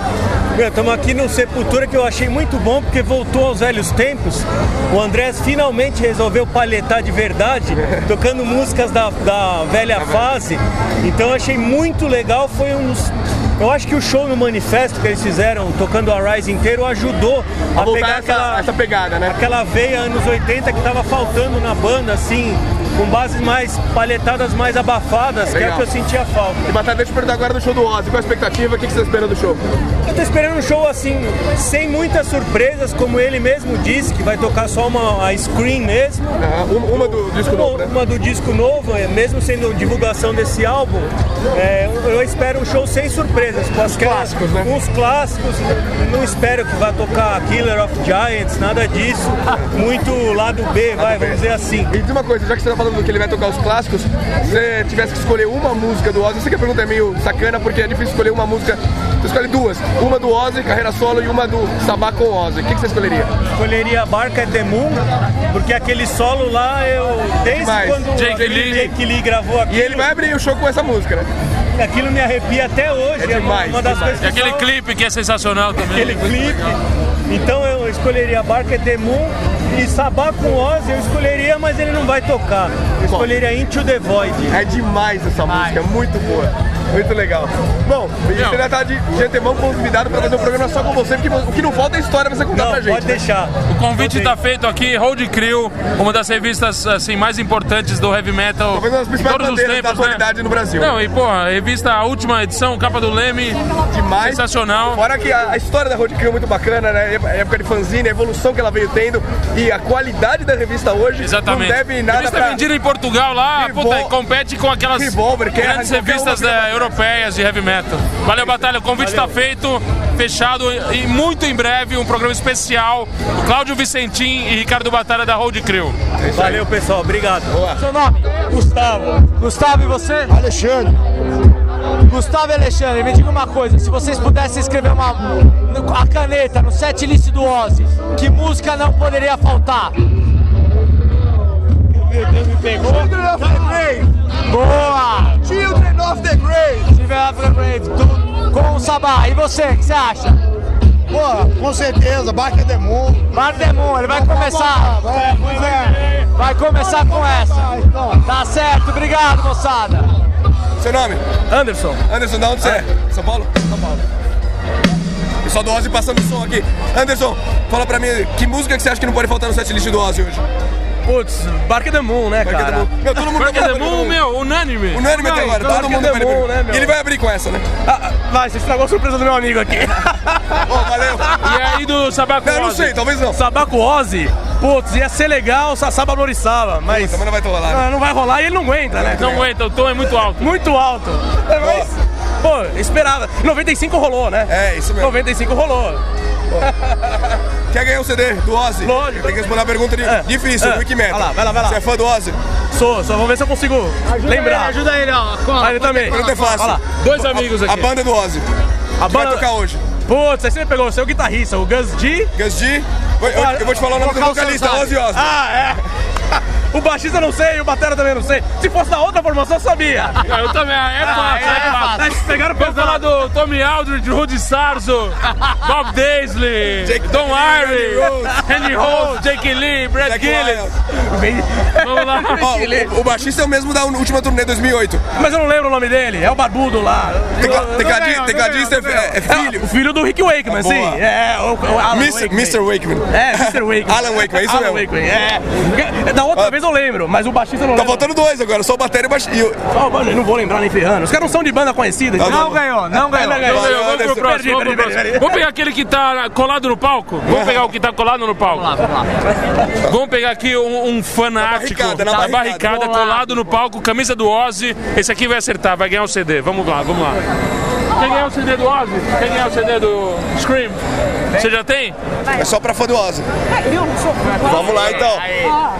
[SPEAKER 13] Estamos aqui no Sepultura que eu achei muito bom porque voltou aos velhos tempos. O Andrés finalmente resolveu palhetar de verdade, tocando músicas da, da velha fase. Então eu achei muito legal, foi um dos. Eu acho que o show no manifesto que eles fizeram, tocando a Rise inteiro, ajudou a, pegar aquela, pegada, né? Aquela veia anos 80 que tava faltando na banda, assim, com bases mais palhetadas, mais abafadas, que é o que eu sentia falta.
[SPEAKER 5] E Batalha, deixa eu perguntar agora do show do Ozzy. Qual a expectativa? O que que você espera do show?
[SPEAKER 13] Eu tô esperando um show assim, sem muitas surpresas, como ele mesmo disse, que vai tocar só uma a screen mesmo.
[SPEAKER 5] Um, uma, do disco né?
[SPEAKER 13] novo. né? Uma do disco novo, é, mesmo sendo divulgação desse álbum, é, eu- eu espero um show sem surpresas. Com os clássicos, né? Os clássicos, não espero que vá tocar Killer of Giants, nada disso. Muito lado B, vai, vamos dizer assim.
[SPEAKER 5] E diz uma coisa, já que você tá falando que ele vai tocar os clássicos, se você tivesse que escolher uma música do Ozzy, eu sei que a pergunta é meio sacana, porque é difícil escolher uma música. Você escolhe duas. Uma do Ozzy, carreira solo, e uma do Sabá com Ozzy. O que que você escolheria?
[SPEAKER 13] Escolheria Barca at the Moon, porque aquele solo lá eu. Desde
[SPEAKER 5] Demais.
[SPEAKER 13] quando
[SPEAKER 5] Jake Lee.
[SPEAKER 13] Jake Lee gravou aquilo.
[SPEAKER 5] E ele vai abrir o show com essa música, né?
[SPEAKER 13] Aquilo me arrepia até hoje. É, uma das coisas
[SPEAKER 6] E
[SPEAKER 13] que
[SPEAKER 6] aquele
[SPEAKER 13] só-
[SPEAKER 6] clipe que é sensacional também.
[SPEAKER 13] aquele clipe. Então eu escolheria Barca at the Moon e Sabá com Oz eu escolheria, mas ele não vai tocar. Eu escolheria Into the Void.
[SPEAKER 5] É demais essa música, é muito boa. Muito legal. Bom, você já tá de, de antemão convidado para fazer um programa só com você, porque o que não falta é história pra você contar pra gente. Pode
[SPEAKER 13] deixar.
[SPEAKER 6] O convite está feito aqui, Hold Crew, uma das revistas assim mais importantes do heavy metal
[SPEAKER 5] Talvez uma das
[SPEAKER 6] de
[SPEAKER 5] principais
[SPEAKER 6] todos os
[SPEAKER 5] bandeiras
[SPEAKER 6] tempos,
[SPEAKER 5] da atualidade
[SPEAKER 6] né?
[SPEAKER 5] no Brasil.
[SPEAKER 6] Não, e porra, a revista a última edição, capa do Leme,
[SPEAKER 5] Demais.
[SPEAKER 6] sensacional.
[SPEAKER 5] Fora que a, a história da Road Crew é muito bacana, né? A época de fanzine, a evolução que ela veio tendo e a qualidade da revista hoje
[SPEAKER 6] Exatamente.
[SPEAKER 5] não deve nada
[SPEAKER 6] revista
[SPEAKER 5] pra...
[SPEAKER 6] vendida em Portugal lá,
[SPEAKER 5] Revol-
[SPEAKER 6] puta, e compete com aquelas
[SPEAKER 5] Revolver, Kerrang,
[SPEAKER 6] grandes
[SPEAKER 5] qualquer um.
[SPEAKER 6] revistas
[SPEAKER 5] uma
[SPEAKER 6] eh, europeias de heavy metal. Valeu, Batalha. O convite está feito, fechado e muito em breve um programa especial. O Cláudio Vicentim e Ricardo Batalha da Road Crew.
[SPEAKER 13] Valeu, pessoal. Obrigado.
[SPEAKER 3] Seu nome?
[SPEAKER 13] Gustavo.
[SPEAKER 3] Gustavo, e você?
[SPEAKER 14] Alexandre.
[SPEAKER 3] Gustavo e Alexandre, me diga uma coisa, se vocês pudessem escrever uma no- a caneta no set list do Ozzy, que música não poderia faltar?
[SPEAKER 14] Meu Deus, me pegou. Children of the Grave.
[SPEAKER 3] Boa!
[SPEAKER 14] Children of the Grave.
[SPEAKER 3] Children of the Grave, tu- com o Sabá. E você, o que você acha?
[SPEAKER 14] Pô, com certeza, Barca Demon.
[SPEAKER 3] Barca Demon, ele vai começar.
[SPEAKER 14] Vai, pois é.
[SPEAKER 3] Vai começar com essa. Tá certo, obrigado, moçada.
[SPEAKER 5] Seu nome?
[SPEAKER 15] Anderson.
[SPEAKER 5] Anderson, da onde você é? São Paulo? São Paulo. Pessoal do Ozzy passando som aqui. Anderson, fala pra mim, que música que você acha que não pode faltar no setlist do Ozzy hoje?
[SPEAKER 15] Putz, Barca the Moon, né,
[SPEAKER 5] Barca é
[SPEAKER 15] cara?
[SPEAKER 5] the Moon. Meu, todo mundo
[SPEAKER 15] Barca
[SPEAKER 5] tá
[SPEAKER 15] the
[SPEAKER 5] falando,
[SPEAKER 15] Moon,
[SPEAKER 5] todo mundo.
[SPEAKER 15] meu, unânime.
[SPEAKER 5] Unânime até
[SPEAKER 15] Não,
[SPEAKER 5] agora,
[SPEAKER 15] Barca
[SPEAKER 5] todo mundo
[SPEAKER 15] the
[SPEAKER 5] vai abrir.
[SPEAKER 15] Moon, né, meu?
[SPEAKER 5] E ele vai abrir com essa, né?
[SPEAKER 15] Ah, vai, você estragou a surpresa do meu amigo aqui.
[SPEAKER 5] valeu.
[SPEAKER 15] E aí do Sabaco
[SPEAKER 5] Não, não sei, talvez não.
[SPEAKER 15] Sabaco Ozzy, putz, ia ser legal, Sassaba Norissava, mas... ah,
[SPEAKER 5] Puta, mas não vai rolar,
[SPEAKER 15] Não, não vai rolar e ele não aguenta, né?
[SPEAKER 6] Não aguenta, o tom é muito alto.
[SPEAKER 15] Muito alto. É, mas, pô, esperava. 95 rolou, né?
[SPEAKER 5] É, isso mesmo.
[SPEAKER 15] 95 rolou.
[SPEAKER 5] Quer ganhar o CD do Ozzy? Lógico. Tem que responder uma pergunta de- difícil,
[SPEAKER 15] é.
[SPEAKER 5] do Wikimedia.
[SPEAKER 15] Vai lá, vai lá, vai lá.
[SPEAKER 5] Você é fã do Ozzy?
[SPEAKER 15] Sou, só vamos ver se eu consigo lembrar. Ah, ele também.
[SPEAKER 5] Pergunta é fácil.
[SPEAKER 15] Olha lá.
[SPEAKER 5] A- A banda do Ozzy.
[SPEAKER 15] A
[SPEAKER 5] que vai tocar hoje.
[SPEAKER 15] Putz, aí você me pegou, você é o guitarrista, o Gus G.
[SPEAKER 5] Gus G. Eu, eu- eu vou te falar o nome do vocalista, Ozzy Osbourne.
[SPEAKER 15] Ah, é. O baixista eu não sei, o batera também não sei. Se fosse da outra formação, eu sabia.
[SPEAKER 6] Eu também, é fácil, é, fácil.
[SPEAKER 15] Mas pegaram
[SPEAKER 6] Vamos falar do Tommy Aldridge, Rudy Sarzo, Bob Daisley,
[SPEAKER 15] Ah,
[SPEAKER 6] Don Irie, Henry Holmes, Jake Lee, Brad
[SPEAKER 5] Jack
[SPEAKER 6] Gillis. Vamos lá.
[SPEAKER 5] Ó, o, o baixista é o mesmo da última turnê 2008.
[SPEAKER 15] Mas eu não lembro o nome dele, é o barbudo lá.
[SPEAKER 5] Tecla-
[SPEAKER 15] Eu- eu-
[SPEAKER 5] tecladi-
[SPEAKER 15] eu- eu- eu-
[SPEAKER 5] tecladista é- é- é filho.
[SPEAKER 15] O filho do Rick Wakeman,
[SPEAKER 5] Boa.
[SPEAKER 15] sim. É, o, o Alan
[SPEAKER 5] Mr.
[SPEAKER 15] Wakeman.
[SPEAKER 5] Wakeman.
[SPEAKER 15] É, Mr. Wakeman.
[SPEAKER 5] Alan Wakeman, é isso
[SPEAKER 15] Alan
[SPEAKER 5] mesmo.
[SPEAKER 15] Wakeman, é. Da outra
[SPEAKER 5] Ó,
[SPEAKER 15] vez
[SPEAKER 8] talvez eu lembro, mas o baixista eu não
[SPEAKER 5] Tá
[SPEAKER 8] lembro.
[SPEAKER 5] faltando dois agora, só o bateria e o Tá baixinho.
[SPEAKER 8] Ó, mano, eu não vou lembrar nem ferrando. Os caras não são de banda conhecida.
[SPEAKER 5] Não,
[SPEAKER 8] entendeu?
[SPEAKER 5] não ganhou, não ganhou.
[SPEAKER 6] Não ganhou, vamos pro próximo, vamos
[SPEAKER 8] Perdi,
[SPEAKER 6] pro
[SPEAKER 8] perdi, perdi,
[SPEAKER 6] próximo.
[SPEAKER 8] perdi.
[SPEAKER 6] Vamos pegar aquele que tá colado no palco? Vamos pegar o que tá colado no palco. Vamos lá, vamos lá. Vamos pegar aqui um, um fanático
[SPEAKER 5] barricada, na
[SPEAKER 6] tá
[SPEAKER 5] barricada.
[SPEAKER 6] barricada, colado no palco, camisa do Ozzy. Esse aqui vai acertar, vai ganhar o CD. Vamos lá, vamos lá. Quem ganhar o CD do Ozzy? Quem ganhar o CD do Scream? Você já tem?
[SPEAKER 5] É só pra fã do Ozzy. Vamos lá então.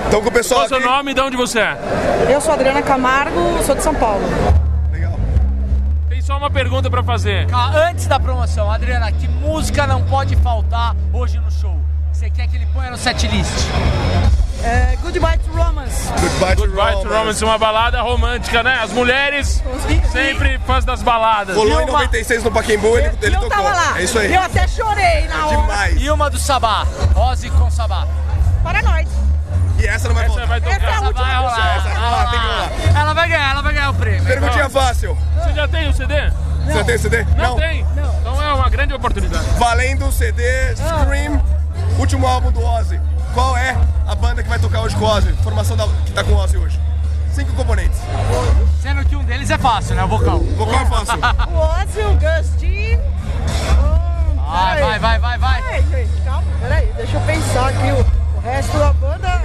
[SPEAKER 5] Então com o pessoal.
[SPEAKER 6] Qual o seu nome e de onde você é?
[SPEAKER 16] Eu sou Adriana Camargo, sou de São Paulo.
[SPEAKER 6] Tem só uma pergunta pra fazer.
[SPEAKER 3] Ah, antes da promoção, Adriana, que música não pode faltar hoje no show? Você quer que ele ponha no setlist?
[SPEAKER 16] É, Goodbye to Romance.
[SPEAKER 5] Goodbye
[SPEAKER 6] to Romance. é uma balada romântica, né? As mulheres sempre fãs das baladas.
[SPEAKER 5] Rolou em 96 no Pacaembu, ele, ele tocou. É isso aí.
[SPEAKER 16] Eu até chorei na hora.
[SPEAKER 5] Demais.
[SPEAKER 3] E uma do Sabá, Ozzy com Sabá.
[SPEAKER 16] Paranoide.
[SPEAKER 5] E essa não vai faltar.
[SPEAKER 6] vai
[SPEAKER 16] Essa é a última
[SPEAKER 3] Vai rolar,
[SPEAKER 16] música.
[SPEAKER 3] vai rolar. Ela vai ganhar, ela vai ganhar o prêmio.
[SPEAKER 5] Perguntinha fácil.
[SPEAKER 6] Você já tem o CD?
[SPEAKER 5] Você tem CD?
[SPEAKER 6] Não, tem. Então é uma grande oportunidade.
[SPEAKER 5] Valendo o CD Scream, último álbum do Ozzy. Qual é a banda que vai tocar hoje com o Ozzy? Formação da- que tá com o Ozzy hoje. Cinco componentes.
[SPEAKER 3] Sendo que um deles é fácil, né? O vocal. O
[SPEAKER 5] vocal é fácil.
[SPEAKER 16] O Ozzy, o Gustin.
[SPEAKER 3] Vai, vai, vai, vai, vai.
[SPEAKER 16] Peraí, gente, calma, peraí. Deixa eu pensar aqui. O, o resto da banda.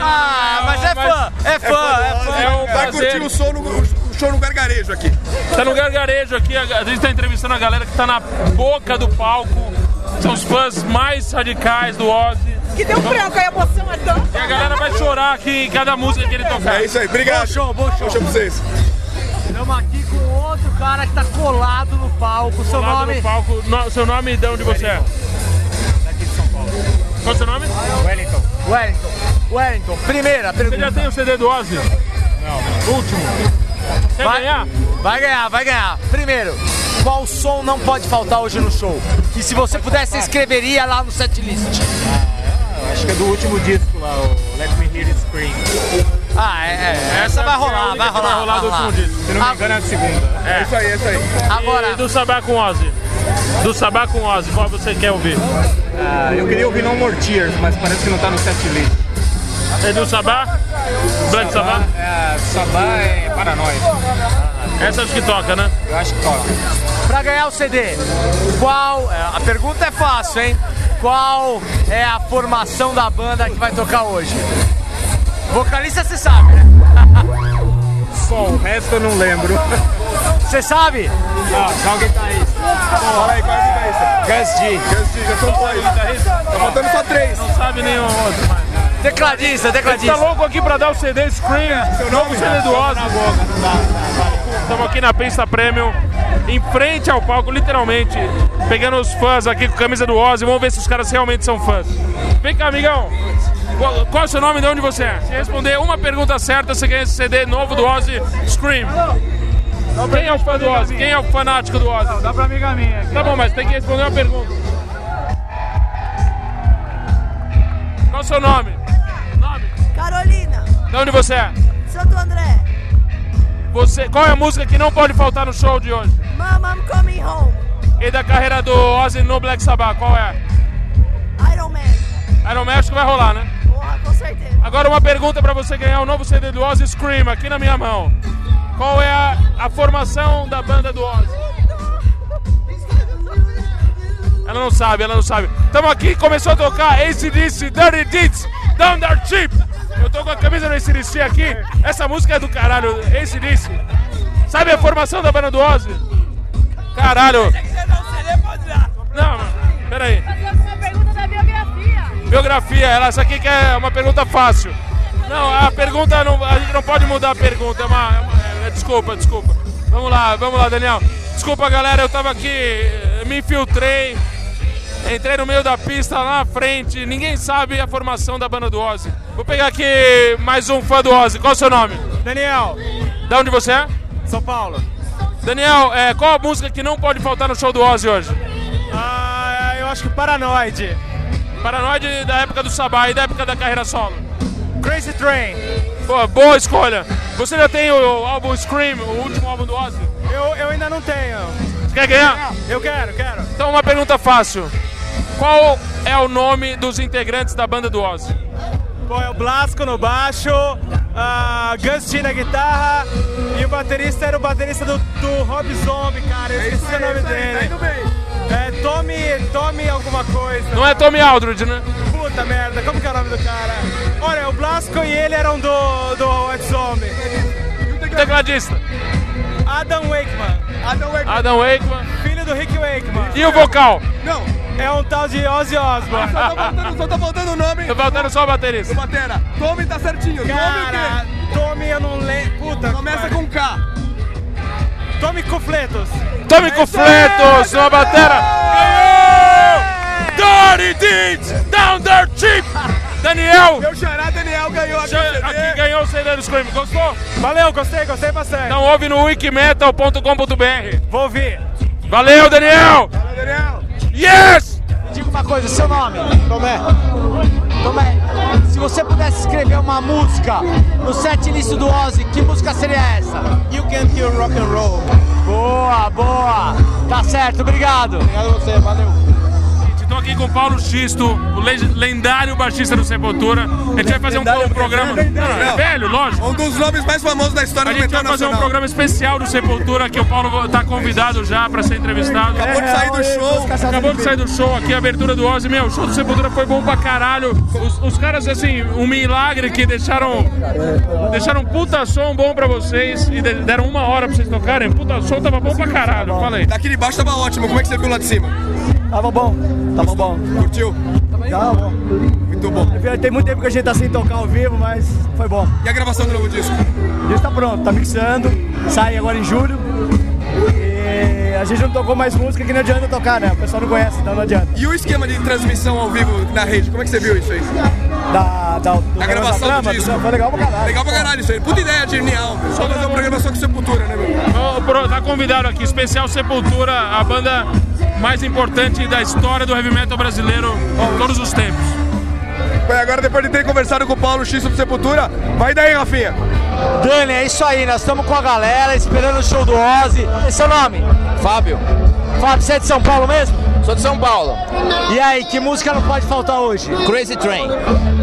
[SPEAKER 3] Ah, mas é fã, é fã, é fã.
[SPEAKER 6] É um
[SPEAKER 5] Vai
[SPEAKER 6] prazer.
[SPEAKER 5] curtir o show no, o show no gargarejo aqui.
[SPEAKER 6] Tá no gargarejo aqui, a a gente tá entrevistando a galera que tá na boca do palco. São os fãs mais radicais do Ozzy.
[SPEAKER 16] Que deu branco, a emoção é
[SPEAKER 6] E
[SPEAKER 16] tanta.
[SPEAKER 6] a galera vai chorar aqui em cada música que ele tocar.
[SPEAKER 5] É isso aí, obrigado. Bom show, bom show. Bom show pra vocês.
[SPEAKER 3] Estamos aqui com outro cara que tá colado no palco. Seu
[SPEAKER 6] Colado
[SPEAKER 3] nome?
[SPEAKER 6] no palco. No- seu nome e de onde você é? Qual é o seu nome? Wellington.
[SPEAKER 3] Wellington. Wellington, primeira pergunta.
[SPEAKER 6] Você já tem o CD do Ozzy? Não. Último. Quer
[SPEAKER 3] vai,
[SPEAKER 6] ganhar?
[SPEAKER 3] Vai ganhar, vai ganhar. Primeiro, qual som não pode faltar hoje no show? Que se você pudesse, você escreveria lá no setlist.
[SPEAKER 7] Acho que é do último disco lá, o Let Me Hear It Scream.
[SPEAKER 3] Ah, é, é. Essa vai rolar, vai
[SPEAKER 7] do
[SPEAKER 3] rolar. vai rolar.
[SPEAKER 7] Se não me engano, é a segunda.
[SPEAKER 6] É.
[SPEAKER 5] Isso aí, isso aí.
[SPEAKER 6] Agora. E do Sabá com Ozzy. Do Sabá com Ozzy, qual você quer ouvir?
[SPEAKER 7] Ah, eu queria ouvir No More Tears, mas parece que não tá no setlist.
[SPEAKER 6] É do Sabá? Black Sabá?
[SPEAKER 7] É, Sabá é Paranoia.
[SPEAKER 6] Essa acho que toca, né?
[SPEAKER 7] Eu acho que toca.
[SPEAKER 3] Pra ganhar o CD, qual. é, A pergunta é fácil, hein? Qual é a formação da banda que vai tocar hoje? Vocalista você sabe, né?
[SPEAKER 7] Só o resto eu não lembro.
[SPEAKER 3] Você sabe?
[SPEAKER 7] Não, qual guitarrista?
[SPEAKER 5] Fala aí, qual é o guitarrista?
[SPEAKER 7] Gus G.
[SPEAKER 5] Gus G, já são dois. Tá faltando só três.
[SPEAKER 6] Não sabe nenhum outro. mais.
[SPEAKER 3] Tecladista,
[SPEAKER 6] Tá
[SPEAKER 3] tecladista.
[SPEAKER 6] louco aqui pra dar o CD Scream, seu novo CD do Ozzy. Estamos aqui na pista Premium, em frente ao palco, literalmente, pegando os fãs aqui com a camisa do Ozzy. Vamos ver se os caras realmente são fãs. Vem cá, amigão. Qual, qual é o seu nome e de onde você é? Se responder uma pergunta certa, você ganha esse CD novo do Ozzy, Scream. Quem é o fã do Ozzy? Quem é o fanático do Ozzy?
[SPEAKER 7] Dá pra amiga minha.
[SPEAKER 6] Tá bom, mas tem que responder uma pergunta. Qual é o seu nome?
[SPEAKER 16] Carolina,
[SPEAKER 6] De onde você é?
[SPEAKER 16] Santo André.
[SPEAKER 6] Você, qual é a música que não pode faltar no show de hoje?
[SPEAKER 16] Mom, I'm coming home.
[SPEAKER 6] E da carreira do Ozzy no Black Sabbath, qual é?
[SPEAKER 16] Iron Man.
[SPEAKER 6] Iron Man acho que vai rolar, né?
[SPEAKER 16] Porra, com certeza.
[SPEAKER 6] Agora uma pergunta pra você ganhar o novo CD do Ozzy Scream aqui na minha mão. Qual é a, a formação da banda do Ozzy? Ela não sabe, ela não sabe. Tamo aqui, começou a tocar ACDC, Dirty Deeds, Down Their Cheap. Eu tô com a camisa do ACDC aqui. Essa música é do caralho, ACDC. Sabe a formação da banda do Ozzy? Caralho. Não, mano, peraí.
[SPEAKER 16] Fazer alguma pergunta da biografia.
[SPEAKER 6] Biografia, ela, essa aqui que é uma pergunta fácil. Não, a pergunta não. A gente não pode mudar a pergunta, é uma. é uma- é- desculpa, desculpa. Vamos lá, vamos lá, Daniel. Desculpa galera, eu tava aqui, eh, me infiltrei, entrei no meio da pista lá na frente, ninguém sabe a formação da banda do Ozzy. Vou pegar aqui mais um fã do Ozzy, qual é o seu nome?
[SPEAKER 7] Daniel,
[SPEAKER 6] Da onde você é?
[SPEAKER 7] São Paulo.
[SPEAKER 6] Daniel, eh, qual a música que não pode faltar no show do Ozzy hoje?
[SPEAKER 7] Ah, eu acho que Paranoide.
[SPEAKER 6] Paranoide da época do Sabá e da época da carreira solo.
[SPEAKER 7] Crazy Train.
[SPEAKER 6] Pô, boa escolha. Você já tem o, o álbum Scream, o último álbum do Ozzy?
[SPEAKER 7] Eu, eu ainda não tenho.
[SPEAKER 6] Você quer ganhar?
[SPEAKER 7] Eu quero, quero.
[SPEAKER 6] Então, uma pergunta fácil. Qual é o nome dos integrantes da banda do Ozzy?
[SPEAKER 3] Bom, é o Blasco no baixo, a Gustin na guitarra e o baterista era o baterista do, do Rob Zombie, cara. Eu esqueci é o nome
[SPEAKER 16] Tá
[SPEAKER 3] dele. É Tommy, Tommy alguma coisa.
[SPEAKER 6] Não é Tommy Aldridge, né?
[SPEAKER 3] Puta merda, como que é o nome do cara? Olha, o Blasco e ele eram do, do White Zombie.
[SPEAKER 6] O tecladista?
[SPEAKER 3] Adam Wakeman.
[SPEAKER 16] Ah,
[SPEAKER 3] Adam
[SPEAKER 16] é
[SPEAKER 3] Wakeman.
[SPEAKER 6] Adam Wakeman.
[SPEAKER 3] Filho do Rick Wakeman.
[SPEAKER 6] E o vocal?
[SPEAKER 3] Não. É um tal de Ozzy Osbourne.
[SPEAKER 16] Só tá faltando, só tá faltando o nome.
[SPEAKER 6] Tá faltando só o baterista.
[SPEAKER 16] O batera. Tommy tá certinho.
[SPEAKER 6] Ah,
[SPEAKER 3] Cara, Tommy eu não lembro. Puta.
[SPEAKER 16] Começa com K.
[SPEAKER 3] Tommy Cufletos.
[SPEAKER 6] Tommy Cufletos, na batera. Ganhou! Dirty Deeds, down there cheap. Daniel!
[SPEAKER 16] Meu xará Daniel ganhou a
[SPEAKER 6] Xa- Aqui ganhou o CD do Scream. Gostou?
[SPEAKER 3] Valeu, gostei, gostei bastante.
[SPEAKER 6] Então ouve no wikimetal.com.br.
[SPEAKER 3] Vou ouvir.
[SPEAKER 6] Valeu, Daniel!
[SPEAKER 3] Valeu, Daniel.
[SPEAKER 6] Yes!
[SPEAKER 3] Me diga uma coisa, seu nome? Tomé. Tomé, se você pudesse escrever uma música no set início do Ozzy, que música seria essa? You Can Kill Rock and Roll. Boa, boa. Tá certo, obrigado. Obrigado a você, valeu.
[SPEAKER 6] Estou aqui com o Paulo Xisto, o le- lendário baixista do Sepultura. A gente vai fazer um, um programa. Não, é velho, lógico.
[SPEAKER 16] Um dos nomes mais famosos da história
[SPEAKER 6] A
[SPEAKER 16] do
[SPEAKER 6] gente
[SPEAKER 16] metal
[SPEAKER 6] vai fazer um
[SPEAKER 16] nacional.
[SPEAKER 6] programa especial do Sepultura que o Paulo está convidado já para ser entrevistado.
[SPEAKER 16] Acabou de sair do show.
[SPEAKER 6] Acabou de sair do show aqui, a abertura do Ozzy. Meu, o show do Sepultura foi bom pra caralho. Os, os caras, assim, um milagre que deixaram. Deixaram um puta som bom pra vocês e de- deram uma hora pra vocês tocarem. Puta som tava bom pra caralho. Falei.
[SPEAKER 16] Daqui de baixo tava ótimo. Como é que você viu lá de cima?
[SPEAKER 17] Tava bom, tava bom.
[SPEAKER 16] Curtiu?
[SPEAKER 17] Tava bom. Muito bom. Tem muito tempo que a gente tá sem tocar ao vivo, mas foi bom.
[SPEAKER 16] E a gravação do novo disco?
[SPEAKER 17] O disco tá pronto, tá mixando, sai agora em julho. E a gente não tocou mais música que não adianta tocar, né? O pessoal não conhece, então não adianta.
[SPEAKER 16] E o esquema de transmissão ao vivo na rede? Como é que você viu isso aí?
[SPEAKER 17] Da, da,
[SPEAKER 16] A gravação do disco.
[SPEAKER 17] Foi legal pra caralho.
[SPEAKER 16] Legal pra caralho isso aí. Puta ideia, genial. Só fazer um programa só com Sepultura, né, meu?
[SPEAKER 6] Ó, pro- Tá convidado aqui, especial Sepultura, a banda mais importante da história do heavy metal brasileiro de todos os tempos.
[SPEAKER 16] Bem, agora depois de ter conversado com o Paulo X sobre Sepultura, vai daí, Rafinha.
[SPEAKER 3] Dani, é isso aí, nós estamos com a galera esperando o show do Ozzy. E seu nome? Fábio. Fábio, você é de São Paulo mesmo? Sou de São Paulo. E aí, que música não pode faltar hoje? Crazy Train.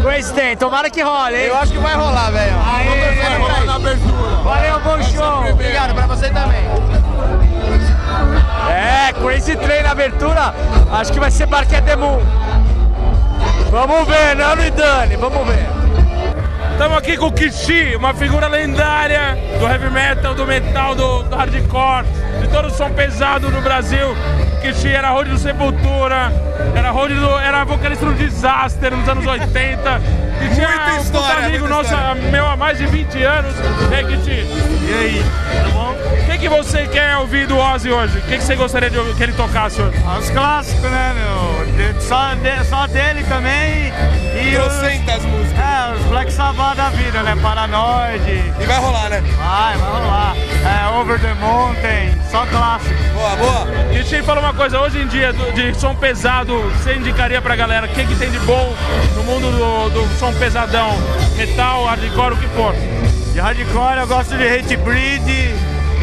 [SPEAKER 3] Crazy Train, tomara que role, hein? Eu acho que vai rolar, velho. Aê, Valeu, bom show. Obrigado, pra você também. É, Crazy Train na abertura, acho que vai ser Barquet Demon. Vamos ver, Nano e Dani, vamos ver.
[SPEAKER 6] Estamos aqui com o Kishi, uma figura lendária do heavy metal, do metal, do, do hardcore, de todo o som pesado do Brasil. Kishi era road do Sepultura, era road do, era vocalista do Disaster nos anos 80. E tinha um puta amigo nosso, meu, há mais de 20 anos. E aí, Kishi? E aí? Tá bom? O que, que você quer ouvir do Ozzy hoje? O que, que você gostaria de ouvir que ele tocasse hoje?
[SPEAKER 3] Os clássicos, né, meu? De- só, de- só dele também. E
[SPEAKER 16] Trocentas músicas.
[SPEAKER 3] É, os Black Sabbath da vida, né? Paranoide.
[SPEAKER 16] E vai rolar, né?
[SPEAKER 3] Vai, vai rolar. É, Over the Mountain, só clássico.
[SPEAKER 16] Boa, boa.
[SPEAKER 6] E te fala uma coisa, hoje em dia, do- de som pesado, você indicaria pra galera o que, que tem de bom no mundo do, do som pesadão? Metal, hardcore, o que for.
[SPEAKER 3] De hardcore eu gosto de Hate Breed,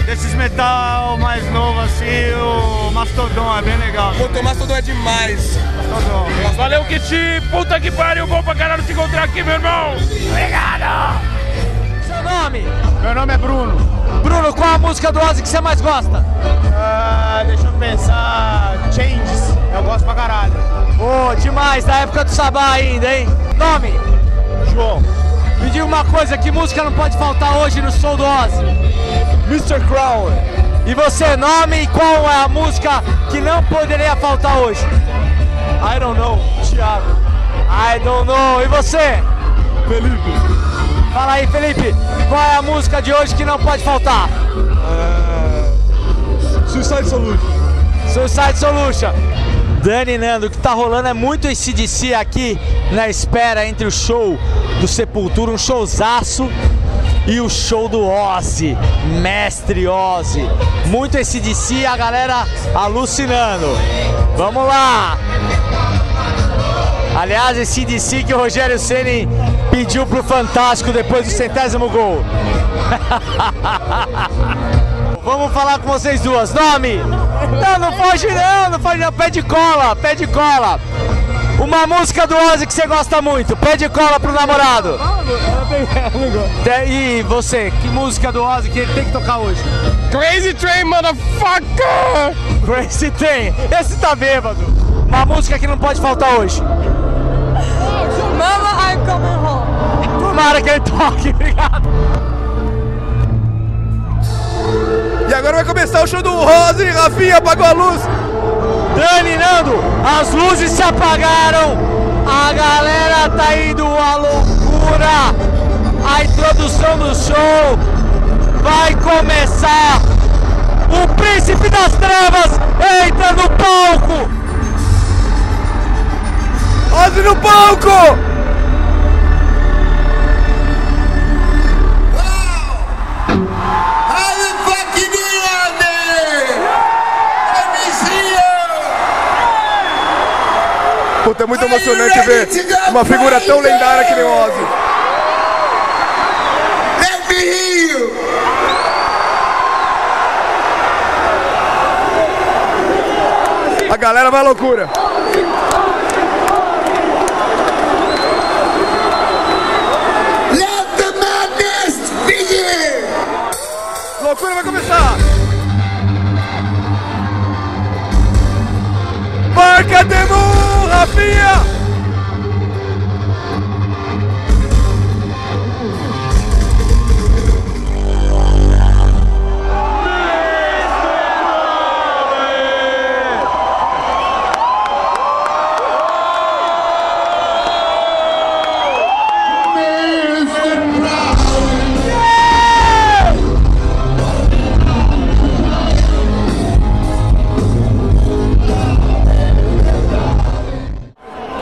[SPEAKER 3] desses metal mais novo assim, o Mastodon é bem legal.
[SPEAKER 16] Pô, o Mastodon é demais.
[SPEAKER 3] Mastodon.
[SPEAKER 6] Valeu, Kiti, puta que pariu, bom pra caralho te encontrar aqui, meu irmão! Obrigado!
[SPEAKER 3] é Seu nome? Meu nome é Bruno. Bruno, qual a música do Ozzy que você mais gosta? Ah, deixa eu pensar. Changes. Eu gosto pra caralho. Ô, demais, da época do Sabá ainda, hein? Nome? João. Me diga uma coisa, que música não pode faltar hoje no show do Ozzy? Mr. Crown. E você, nome e qual é a música que não poderia faltar hoje? I don't know, Thiago. I don't know. E você? Felipe. Fala aí, Felipe. Qual é a música de hoje que não pode faltar? É, Suicide Solution. Suicide Solution. Dani Nando, o que tá rolando é muito ACDC aqui na espera entre o show do Sepultura, um showzaço, e o show do Ozzy, Mestre Ozzy. Muito ACDC, a galera alucinando. Vamos lá! Aliás, esse DC que o Rogério Ceni pediu pro Fantástico depois do centésimo gol. Vamos falar com vocês duas. Nome? Não, não foge não, não foge não. Pé de cola, pé de cola. Uma música do Ozzy que você gosta muito. Pede cola pro namorado. Te- E você, que música do Ozzy que ele tem que tocar hoje? Crazy Train, motherfucker! Crazy Train. Esse tá bêbado. Uma música que não pode faltar hoje.
[SPEAKER 12] Mama, I'm coming home.
[SPEAKER 3] Tomara que ele toque, obrigado.
[SPEAKER 16] E agora vai começar o show do Rose, Rafinha apagou a luz.
[SPEAKER 3] Dani, Nando, as luzes se apagaram. A galera tá indo à loucura. A introdução do show vai começar. O príncipe das trevas entra no palco.
[SPEAKER 16] Ozzy no palco! Puta, é muito emocionante ver uma figura tão lendária que nem o Ozzy.
[SPEAKER 12] Let me hear you.
[SPEAKER 16] A galera vai à loucura.
[SPEAKER 12] Let the madness begin.
[SPEAKER 16] Loucura vai começar. Marca Demu, Rafinha!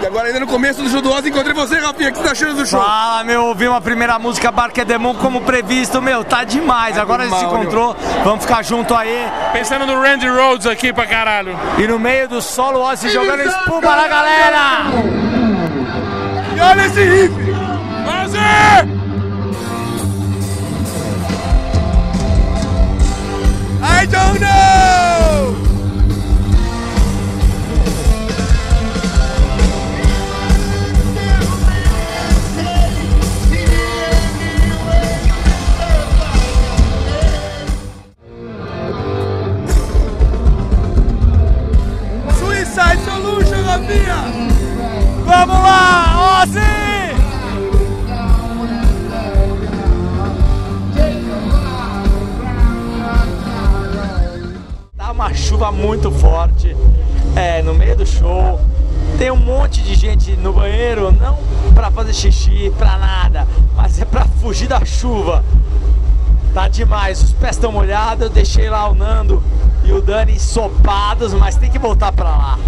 [SPEAKER 16] E agora ainda no começo do show do Ozzy, encontrei você, Rafinha. O que você tá achando do show?
[SPEAKER 3] Fala, meu, ouvi uma primeira música Barca Demon como previsto, meu, tá demais. Agora ele se
[SPEAKER 16] Animal,
[SPEAKER 3] encontrou, vamos ficar junto aí. Pensando no Randy Rhodes aqui pra caralho. E no meio do solo, Ozzy jogando espuma na galera.
[SPEAKER 16] E
[SPEAKER 18] Ah.
[SPEAKER 16] olha esse riff! Ozzy! I don't know! Suicide Solution, Rafinha!
[SPEAKER 3] Vamos lá, Ozzy! Tá uma chuva muito forte, é, no meio do show. Tem um monte de gente no banheiro, não pra fazer xixi, pra nada, mas é pra fugir da chuva. Tá demais, os pés estão molhados, eu deixei lá o Nando e o Dani sopados, mas tem que voltar pra lá.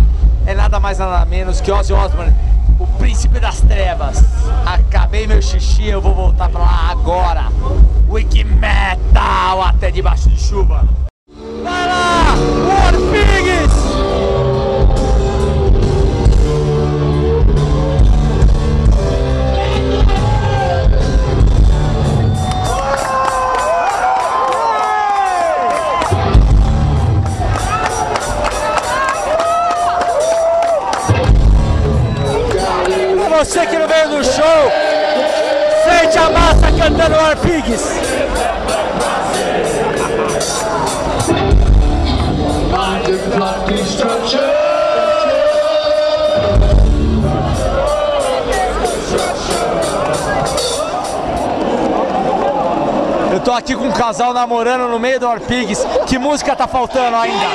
[SPEAKER 3] É nada mais nada menos que Ozzy Osbourne, o príncipe das trevas. Acabei meu xixi, eu vou voltar pra lá agora. Wiki Metal até debaixo de chuva. Rodrigues! Pra Você que não veio no show, sente a massa cantando War Pigs. Eu tô aqui com um casal namorando no meio do War Pigs. Que música tá faltando ainda?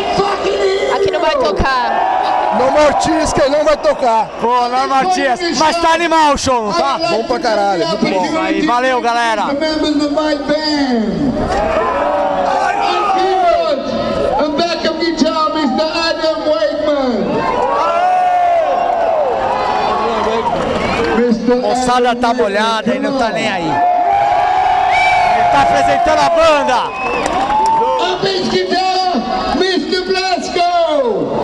[SPEAKER 19] Aqui não vai tocar.
[SPEAKER 3] Não Martins, que não vai tocar. Pô, não Martins. Mas tá animal o show, não tá?
[SPEAKER 12] Bom pra caralho, muito bom.
[SPEAKER 3] Isso aí, valeu galera.
[SPEAKER 12] The members of my band. On keyboards and backup guitar, Mr. Adam Wakeman.
[SPEAKER 3] Moçada tá molhada e não tá nem aí. Ele tá apresentando a banda.
[SPEAKER 12] On bass guitar, Mr. Blasco.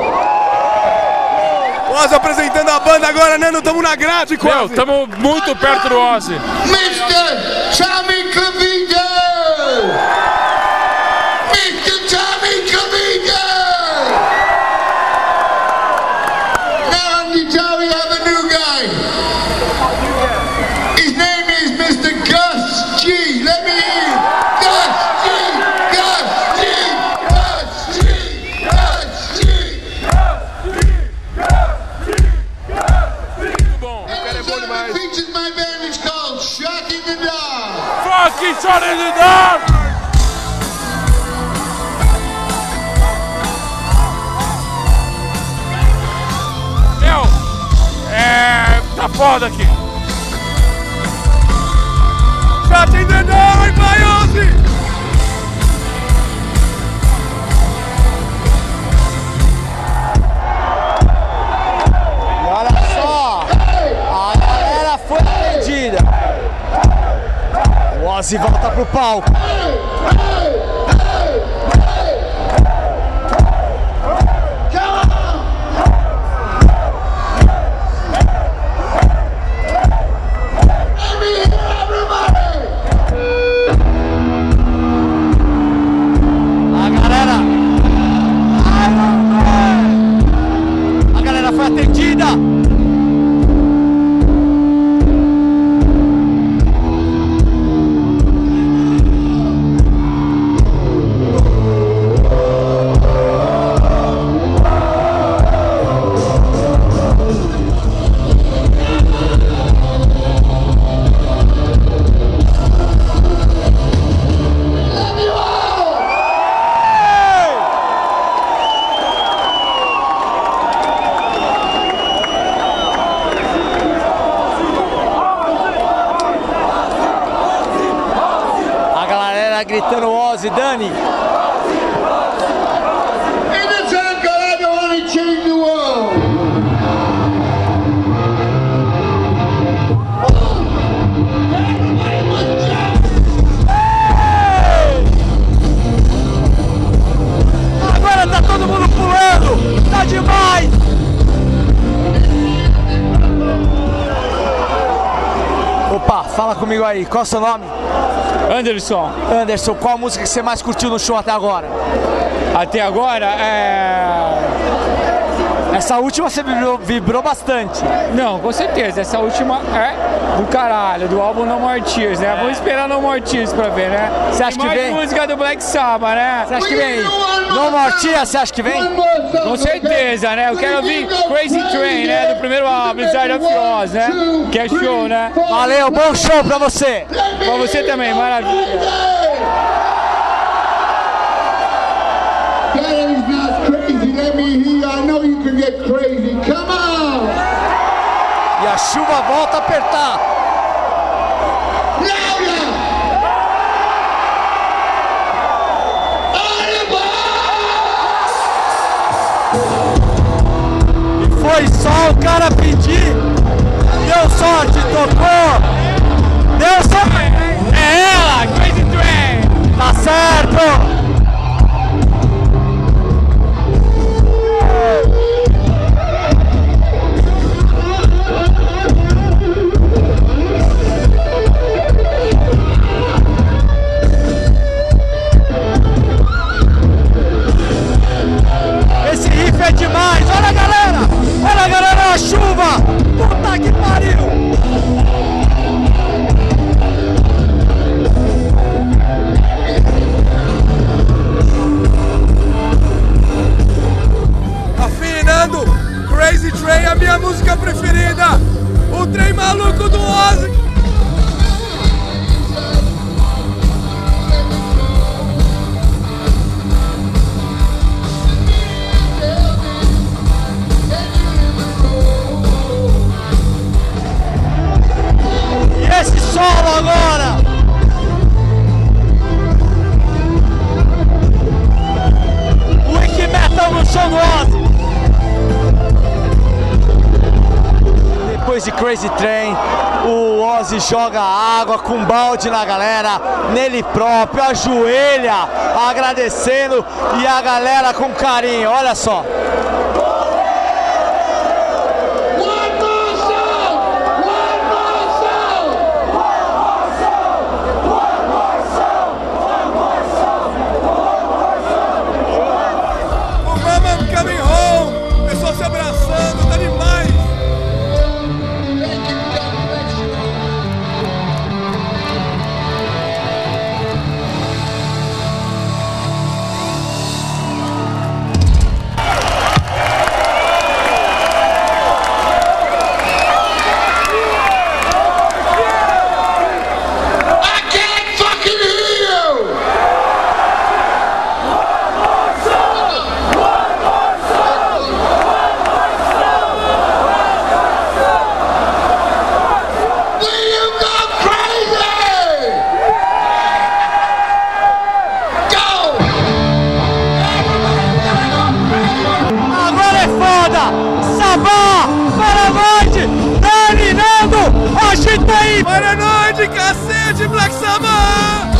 [SPEAKER 16] Ozzy apresentando a banda agora, Nando, tamo na grade, quase. Meu, tamo muito perto do Ozzy.
[SPEAKER 12] Mr. Tommy Clavito. Mr. Tommy Clavito. Now on guitar we have a new line. His name is Mr. Gus G. Let me hear you. Gus G. Gus G. Gus G. Gus G. And the song that features my band is called Shocking the Dog.
[SPEAKER 6] Fucking shot in the dark! Meu, é. tá foda aqui. Shot in the dark, Maiose!
[SPEAKER 3] E olha só, a galera foi atendida. O Ozzy volta pro palco.
[SPEAKER 12] Let me hear everybody.
[SPEAKER 3] A galera. A galera foi atendida. A galera gritando Ozzy, Dani.
[SPEAKER 12] In the time God, I don't want to change the world.
[SPEAKER 6] Agora tá todo mundo pulando! Tá demais!
[SPEAKER 3] Opa, fala comigo aí, qual é o seu nome? Anderson. Anderson, qual a música que você mais curtiu no show até agora? Até agora é. Essa última você vibrou, vibrou bastante.
[SPEAKER 16] Não, com certeza. Essa última é do caralho, do álbum No More Tears, né? Vamos esperar No More Tears pra ver, né?
[SPEAKER 3] Você acha
[SPEAKER 16] E
[SPEAKER 3] que
[SPEAKER 16] mais
[SPEAKER 3] vem?
[SPEAKER 16] música do Black Sabbath, né?
[SPEAKER 3] Você acha que vem? No More Tears, você acha que vem?
[SPEAKER 16] Com certeza, né? Eu quero ouvir Crazy Train, né? Do primeiro álbum, Inside of Oz, né? Que é show, né?
[SPEAKER 3] Valeu, bom show pra você!
[SPEAKER 16] Pra você também, maravilha.
[SPEAKER 12] That is not crazy. Let me hear you. I know you can get crazy. Come on.
[SPEAKER 3] E a chuva volta a apertar. E foi só o cara pedir. Deu sorte, tocou. Deu sorte. É ela, Crazy Train. Tá certo. Esse riff é demais. Olha a galera. Olha a galera, a chuva. Puta que pariu.
[SPEAKER 18] Afinando, Crazy Train é a minha música preferida. O trem maluco do Ozzy.
[SPEAKER 3] E esse solo agora. Wiki Metal no show do Ozzy. Depois de Crazy Train, o Ozzy joga água com balde na galera, nele próprio, ajoelha, agradecendo e a galera com carinho, olha só.
[SPEAKER 18] O Mama Coming Home. Pessoal se abraçando, tá demais.
[SPEAKER 3] é
[SPEAKER 12] Para noite, cacete, Black Sabbath!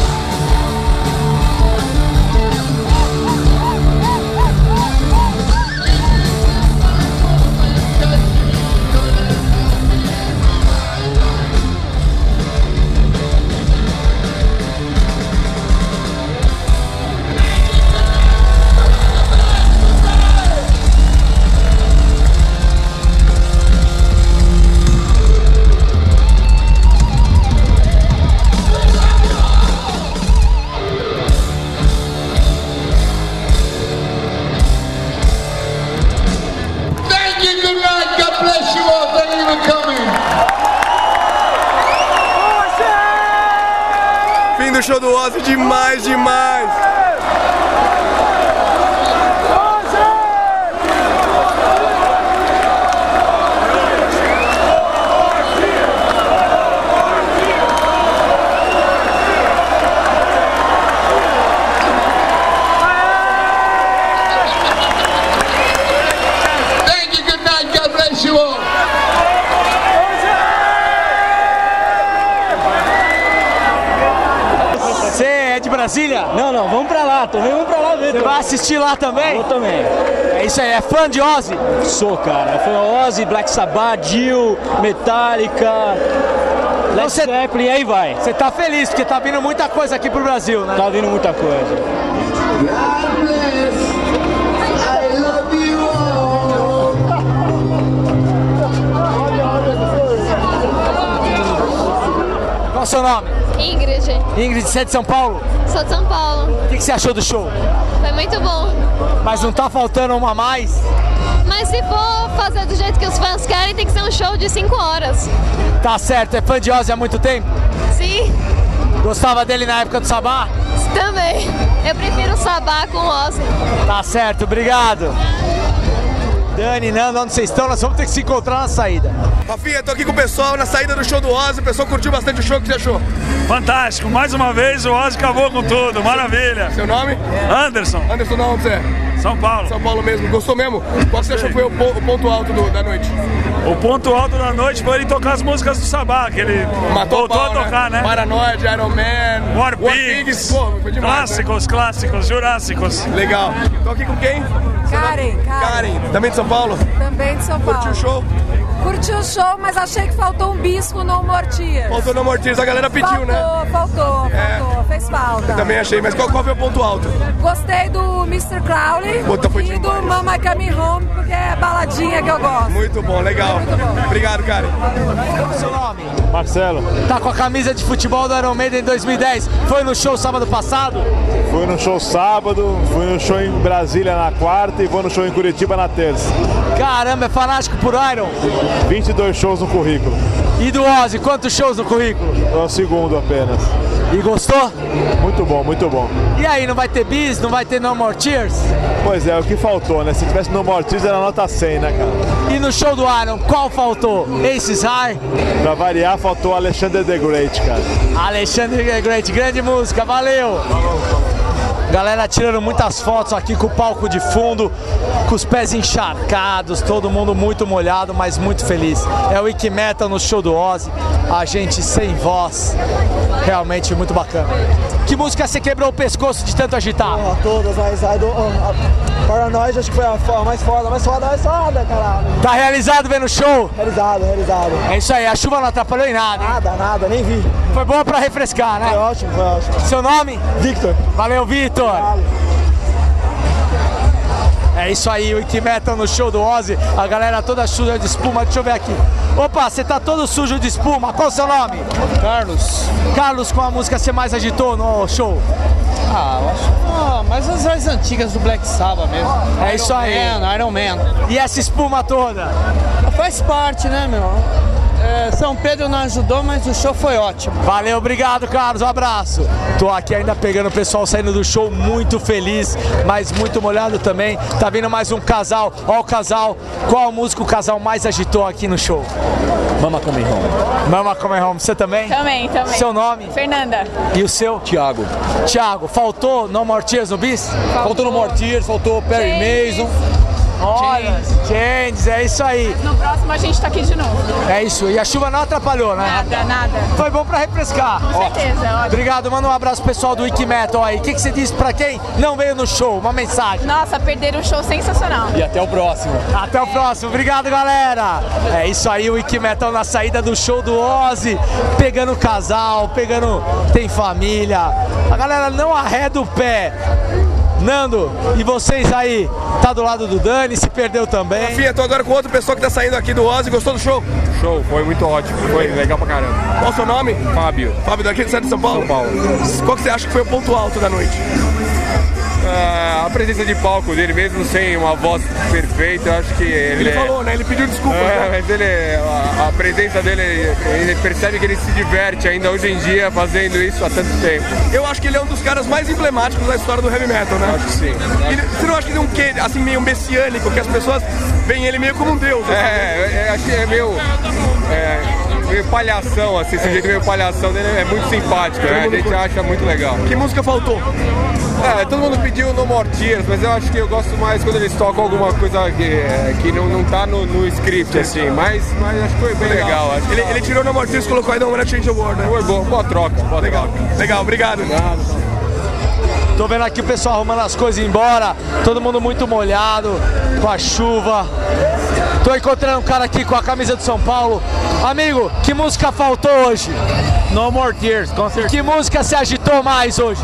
[SPEAKER 12] Thank you, good night, God bless you all, thank you for coming!
[SPEAKER 16] Fim do show do Ozzy, demais, demais!
[SPEAKER 12] Thank you, good night, God bless you all!
[SPEAKER 3] Você é de Brasília? Não, não, vamos pra lá, também vamos pra lá ver. Você vai assistir lá também? Vou também. É isso aí, é fã de Ozzy? Sou, cara. Fã Ozzy, Black Sabbath, Dio, Metallica, Led Zeppelin, aí vai. Você Então tá feliz, porque tá vindo muita coisa aqui pro Brasil, né? Tá vindo muita coisa.
[SPEAKER 12] God bless. I love you all.
[SPEAKER 3] Qual o seu nome?
[SPEAKER 19] Ingrid,
[SPEAKER 3] Ingrid, você é de São Paulo?
[SPEAKER 19] sou de São Paulo.
[SPEAKER 3] O que que você achou do show?
[SPEAKER 19] Foi muito bom.
[SPEAKER 3] Mas não tá faltando uma a mais?
[SPEAKER 19] Mas se for fazer do jeito que os fãs querem, tem que ser um show de 5 horas.
[SPEAKER 3] Tá certo, é fã de Ozzy há muito tempo?
[SPEAKER 19] Sim,
[SPEAKER 3] Gostava dele na época do Sabá?
[SPEAKER 19] também. Eu prefiro o Sabá com o Ozzy.
[SPEAKER 3] Tá certo, obrigado. Dani, Nando, onde vocês estão? Nós vamos ter que se encontrar na saída.
[SPEAKER 16] Rafinha, tô aqui com o pessoal na saída do show do Ozzy, o pessoal curtiu bastante o show, o que você achou?
[SPEAKER 20] Fantástico, mais uma vez o Ozzy acabou com tudo, maravilha.
[SPEAKER 16] Seu nome?
[SPEAKER 18] É.
[SPEAKER 20] Anderson.
[SPEAKER 16] Anderson, não, onde você é?
[SPEAKER 20] São Paulo.
[SPEAKER 16] São Paulo mesmo, gostou mesmo? Qual que você achou que foi o po- o ponto alto do- da noite?
[SPEAKER 20] O ponto alto da noite foi ele tocar as músicas do Sabá, que ele
[SPEAKER 16] Matou o
[SPEAKER 20] voltou
[SPEAKER 16] pau,
[SPEAKER 20] a tocar, né?
[SPEAKER 16] Paranoid, Iron Man,
[SPEAKER 20] War,
[SPEAKER 16] War
[SPEAKER 20] Pigs,
[SPEAKER 16] Pigs, pô, foi demais, né?
[SPEAKER 7] né?
[SPEAKER 20] clássicos, clássicos, jurássicos.
[SPEAKER 16] Legal. Tô aqui com quem?
[SPEAKER 18] Karen,
[SPEAKER 6] Ah.
[SPEAKER 18] Karen,
[SPEAKER 16] Também de São Paulo?
[SPEAKER 18] Também de São Paulo. Curtiu o
[SPEAKER 16] show?
[SPEAKER 18] Curti o show, mas achei que faltou um bisco no Mortias.
[SPEAKER 16] Faltou no Mortiz, a galera pediu,
[SPEAKER 18] faltou,
[SPEAKER 16] né?
[SPEAKER 18] Faltou,
[SPEAKER 8] É.
[SPEAKER 18] faltou, fez falta.
[SPEAKER 16] Eu também achei, mas qual, qual foi o ponto alto?
[SPEAKER 18] Gostei do Mr. Crowley
[SPEAKER 16] Puta, foi
[SPEAKER 18] e do Mama Coming Home, porque é baladinha que eu gosto.
[SPEAKER 16] Muito bom, legal. Obrigado, cara.
[SPEAKER 3] Qual o seu nome?
[SPEAKER 21] Marcelo,
[SPEAKER 3] Tá com a camisa de futebol do Iron Maiden em 2010. Foi no show sábado passado?
[SPEAKER 21] fui no show sábado, fui no show em Brasília na quarta e vou no show em Curitiba na terça.
[SPEAKER 3] Caramba, é fanático por Iron?
[SPEAKER 21] 22 shows no currículo.
[SPEAKER 3] E do Ozzy, quantos shows no currículo?
[SPEAKER 21] É o segundo apenas.
[SPEAKER 3] E gostou?
[SPEAKER 21] Muito bom, muito bom.
[SPEAKER 3] E aí, não vai ter bis? Não vai ter No More Tears?
[SPEAKER 21] Pois é, o que faltou, né? Se tivesse no Mortis era nota 100, né, cara?
[SPEAKER 3] E no show do Iron, qual faltou? Aces High?
[SPEAKER 21] Pra variar, faltou Alexander the Great, cara.
[SPEAKER 3] Alexandre the Great, grande música, valeu! Galera tirando muitas fotos aqui com o palco de fundo, com os pés encharcados, todo mundo muito molhado, mas muito feliz. É o Wiki Metal no show do Ozzy, a gente sem voz, realmente muito bacana. Que música você quebrou o pescoço de tanto agitar?
[SPEAKER 22] Ah, Todas, mas a, do, ah, a Paranoid acho que foi a, fo- a mais foda, a mais foda, é a mais foda, caralho.
[SPEAKER 3] Tá realizado vendo o show?
[SPEAKER 22] Realizado, realizado.
[SPEAKER 3] É isso aí, a chuva não atrapalhou em nada. Nada, nada, nem vi. Foi boa pra refrescar, né? Foi ótimo, foi ótimo. Seu nome? Victor. Valeu, Victor. É isso aí, o Iquimetal no show do Ozzy, a galera toda suja de espuma, deixa eu ver aqui. Opa, você tá todo sujo de espuma, qual o seu nome? Carlos. Carlos, qual a música você mais agitou no show?
[SPEAKER 23] Ah, eu acho ah, mas as mais antigas do Black Sabbath mesmo.
[SPEAKER 3] É isso aí.
[SPEAKER 23] Man, Iron Man.
[SPEAKER 3] E essa espuma toda?
[SPEAKER 23] Faz parte, né, meu? É, São Pedro não ajudou, mas o show foi ótimo.
[SPEAKER 3] Valeu, obrigado, Carlos. Um abraço. Tô aqui ainda pegando o pessoal saindo do show muito feliz, mas muito molhado também. Tá vindo mais um casal. Ó o casal. Qual música o casal mais agitou aqui no show? Mama Coming Home. Mama Coming Home. Você também?
[SPEAKER 24] Também,
[SPEAKER 18] então.
[SPEAKER 24] também.
[SPEAKER 3] Seu nome?
[SPEAKER 24] Fernanda.
[SPEAKER 3] E o seu? Tiago. Tiago, faltou No Mortiers no bis?
[SPEAKER 24] Faltou No More
[SPEAKER 3] Mortiers, faltou
[SPEAKER 24] Perry James. Mason.
[SPEAKER 25] Olha,
[SPEAKER 3] Changes, é isso aí.
[SPEAKER 18] No próximo a gente tá aqui de novo.
[SPEAKER 3] É isso. E a chuva não atrapalhou, né?
[SPEAKER 18] Nada, nada.
[SPEAKER 3] Foi bom pra refrescar.
[SPEAKER 18] Com
[SPEAKER 3] Ótimo.
[SPEAKER 18] certeza, é ótimo.
[SPEAKER 3] Obrigado, manda um abraço pro pessoal do Wikimetal aí. O que, que você disse pra quem não veio no show? Uma mensagem.
[SPEAKER 18] Nossa, perderam um show sensacional.
[SPEAKER 3] até o próximo. Até o próximo. Obrigado, galera. É isso aí, o Wikimetal na saída do show do Ozzy. Pegando casal, pegando. Tem família. A galera não arreda o pé. Nando, e vocês aí? Tá do lado do Dani, se perdeu também.
[SPEAKER 5] Fia, tô agora com outra pessoa que tá saindo aqui do Ozzy. Gostou do show? Show, foi muito ótimo. Foi legal pra caramba. Qual o seu nome? Fábio. Fábio, daqui do centro de São Paulo? São Paulo. Qual que você acha que foi o ponto alto da noite?
[SPEAKER 8] Ah, a presença de palco dele, mesmo sem uma voz perfeita, eu acho que ele.
[SPEAKER 5] Ele falou, né? Ele pediu desculpa.
[SPEAKER 8] É,
[SPEAKER 5] né?
[SPEAKER 8] mas ele, a, a presença dele, ele percebe que ele se diverte ainda hoje em dia fazendo isso há tanto tempo.
[SPEAKER 5] Eu acho que ele é um dos caras mais emblemáticos da história do heavy metal, né? Acho que sim. você não acha que ele é um quê, assim, meio messiânico, que as pessoas veem ele meio como um deus? assim?
[SPEAKER 8] É, é, acho que é meio. é, meio palhação, assim, esse jeito meio palhação dele é muito simpático, né? A gente acha muito legal.
[SPEAKER 5] Que música faltou?
[SPEAKER 8] É, todo mundo pediu No More Tears, mas eu acho que eu gosto mais quando eles tocam alguma coisa que,
[SPEAKER 5] é,
[SPEAKER 8] que não, não tá no, no script, assim, mas, mas acho que foi bem legal. acho que
[SPEAKER 5] Ele,
[SPEAKER 8] tá-
[SPEAKER 5] ele tirou na Mortis e colocou aí na Wanna Change the World, né?
[SPEAKER 8] Foi bom, boa troca, boa
[SPEAKER 5] legal. Legal, obrigado.
[SPEAKER 3] Tô vendo aqui o pessoal arrumando as coisas e ir embora. Todo mundo muito molhado, com a chuva. Tô encontrando um cara aqui com a camisa do São Paulo. Amigo, que música faltou hoje?
[SPEAKER 7] No More Tears, com certeza.
[SPEAKER 3] Que música se agitou mais hoje?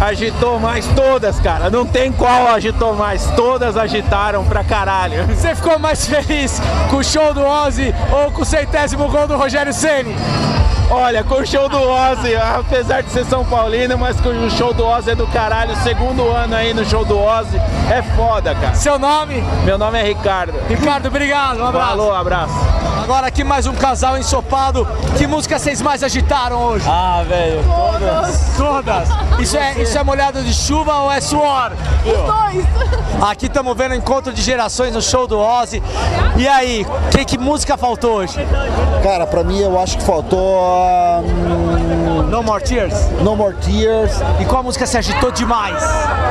[SPEAKER 7] Agitou mais todas, cara. Não tem qual agitou mais. Todas agitaram pra caralho.
[SPEAKER 3] Você ficou mais feliz com o show do Ozzy ou com o centésimo gol do Rogério Ceni?
[SPEAKER 7] Olha, com o show do Ozzy, apesar de ser São Paulino, mas com o show do Ozzy é do caralho. Segundo ano aí no show do Ozzy. É foda, cara.
[SPEAKER 3] Seu nome?
[SPEAKER 7] Meu nome é Ricardo.
[SPEAKER 3] Ricardo, obrigado. Um abraço.
[SPEAKER 7] Falou, abraço.
[SPEAKER 3] Agora aqui mais um casal ensopado. Que música vocês mais agitaram hoje?
[SPEAKER 7] Ah, velho.
[SPEAKER 3] Todas. Todas. Isso é, isso é molhado de chuva ou é suor? Aqui estamos vendo o encontro de gerações no show do Ozzy. E aí, que, que música faltou hoje?
[SPEAKER 26] Cara, pra mim eu acho que faltou. hum,
[SPEAKER 3] no More Tears?
[SPEAKER 26] No More Tears.
[SPEAKER 3] E qual música se agitou demais?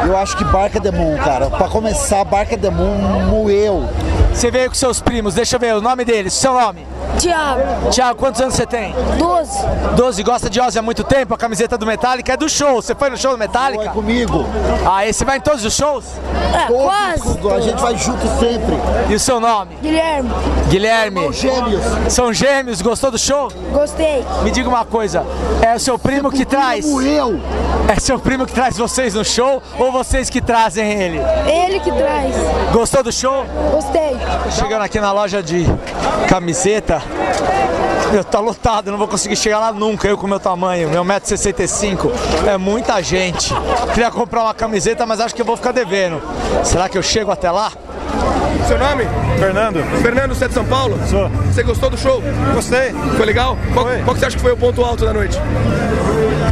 [SPEAKER 26] Eu acho que Barca Demon, cara. Pra começar, Barca Demon moeu.
[SPEAKER 3] Você veio com seus primos, deixa eu ver o nome deles, seu nome? Tiago. Tiago, quantos anos você tem? Doze. Doze, gosta de Ozzy há muito tempo, a camiseta do Metallica é do show. Você foi no show do Metallica? Foi
[SPEAKER 26] comigo.
[SPEAKER 3] Ah, e você vai em todos os shows?
[SPEAKER 26] É, quase. A gente vai junto sempre.
[SPEAKER 3] E o seu nome?
[SPEAKER 16] Guilherme,
[SPEAKER 3] Guilherme. São
[SPEAKER 26] gêmeos.
[SPEAKER 3] São gêmeos, gostou do show?
[SPEAKER 16] gostei.
[SPEAKER 3] Me diga uma coisa, é o seu primo que traz.
[SPEAKER 26] eu.
[SPEAKER 3] É seu primo que traz vocês no show ou vocês que trazem ele?
[SPEAKER 16] Ele que traz.
[SPEAKER 3] Gostou do show?
[SPEAKER 16] Gostei.
[SPEAKER 3] Chegando aqui na loja de camiseta. Meu, tá lotado, não vou conseguir chegar lá nunca, eu com meu tamanho, meu 1,65m. É muita gente. Queria comprar uma camiseta, mas acho que eu vou ficar devendo. Será que eu chego até lá?
[SPEAKER 5] Seu nome? Fernando. Fernando, você é de São Paulo? Sou. Você gostou do show? Gostei. Foi legal? Qual, qual que você acha que foi o ponto alto da noite?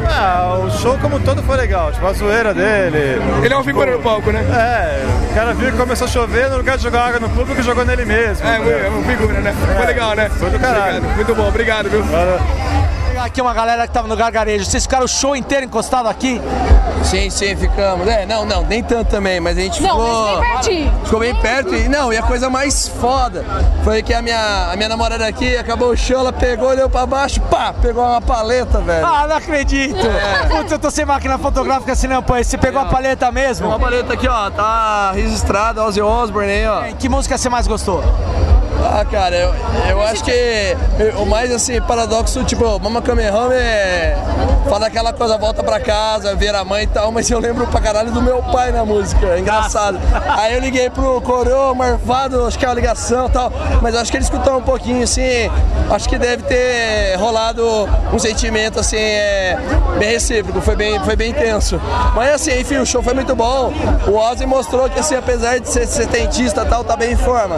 [SPEAKER 27] Ah, o show como todo foi legal, tipo a zoeira dele.
[SPEAKER 5] Ele é uma figura no palco, né?
[SPEAKER 27] É, o cara viu que começou a chover, no lugar de jogar água no público, jogou nele mesmo.
[SPEAKER 5] É, é uma figura, né? Foi legal, né?
[SPEAKER 27] Foi do caralho.
[SPEAKER 5] Obrigado. Muito bom, obrigado, viu?
[SPEAKER 3] Pegar Aqui uma galera que tava no gargarejo. Vocês ficaram o show inteiro encostado aqui?
[SPEAKER 19] Sim, sim, ficamos. É, não, não, nem tanto também, mas a gente Não, ficou. mas bem pertinho. Ficou bem perto e não, e a coisa mais foda foi que a minha, a minha namorada aqui acabou o show, ela pegou, olhou pra baixo, pá, pegou uma paleta, velho.
[SPEAKER 3] Ah, não acredito!
[SPEAKER 19] É.
[SPEAKER 3] Putz, eu tô sem máquina fotográfica assim, não, pô. Você pegou a paleta mesmo?
[SPEAKER 19] Uma paleta aqui, ó, tá registrada, Ozzy Osbourne aí, ó.
[SPEAKER 3] Que música você mais gostou?
[SPEAKER 19] Ah, cara, eu, eu acho que o mais, assim, paradoxo, tipo, Mama Come Home é... Fala aquela coisa, volta pra casa, ver a mãe e tal, mas eu lembro pra caralho do meu pai na música, é engraçado. Aí eu liguei pro Coroa, Marvado, acho que é uma ligação e tal, mas acho que ele escutou um pouquinho, assim, acho que deve ter rolado um sentimento, assim, é, bem recíproco, foi bem, foi bem intenso. Mas, assim, enfim, o show foi muito bom, o Ozzy mostrou que, assim, apesar de ser setentista e tal, tá bem em forma.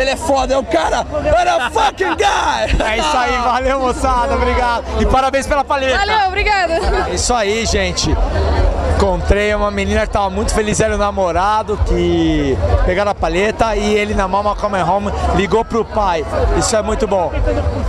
[SPEAKER 19] Ele é foda, é o cara, what a fucking guy!
[SPEAKER 3] É isso aí, valeu moçada, obrigado. E parabéns pela paleta.
[SPEAKER 19] Valeu,
[SPEAKER 3] obrigada. É isso aí, gente. Encontrei uma menina que tava muito feliz, era o namorado, que pegaram a palheta e ele na Mama Come é Home ligou pro pai. Isso é muito bom.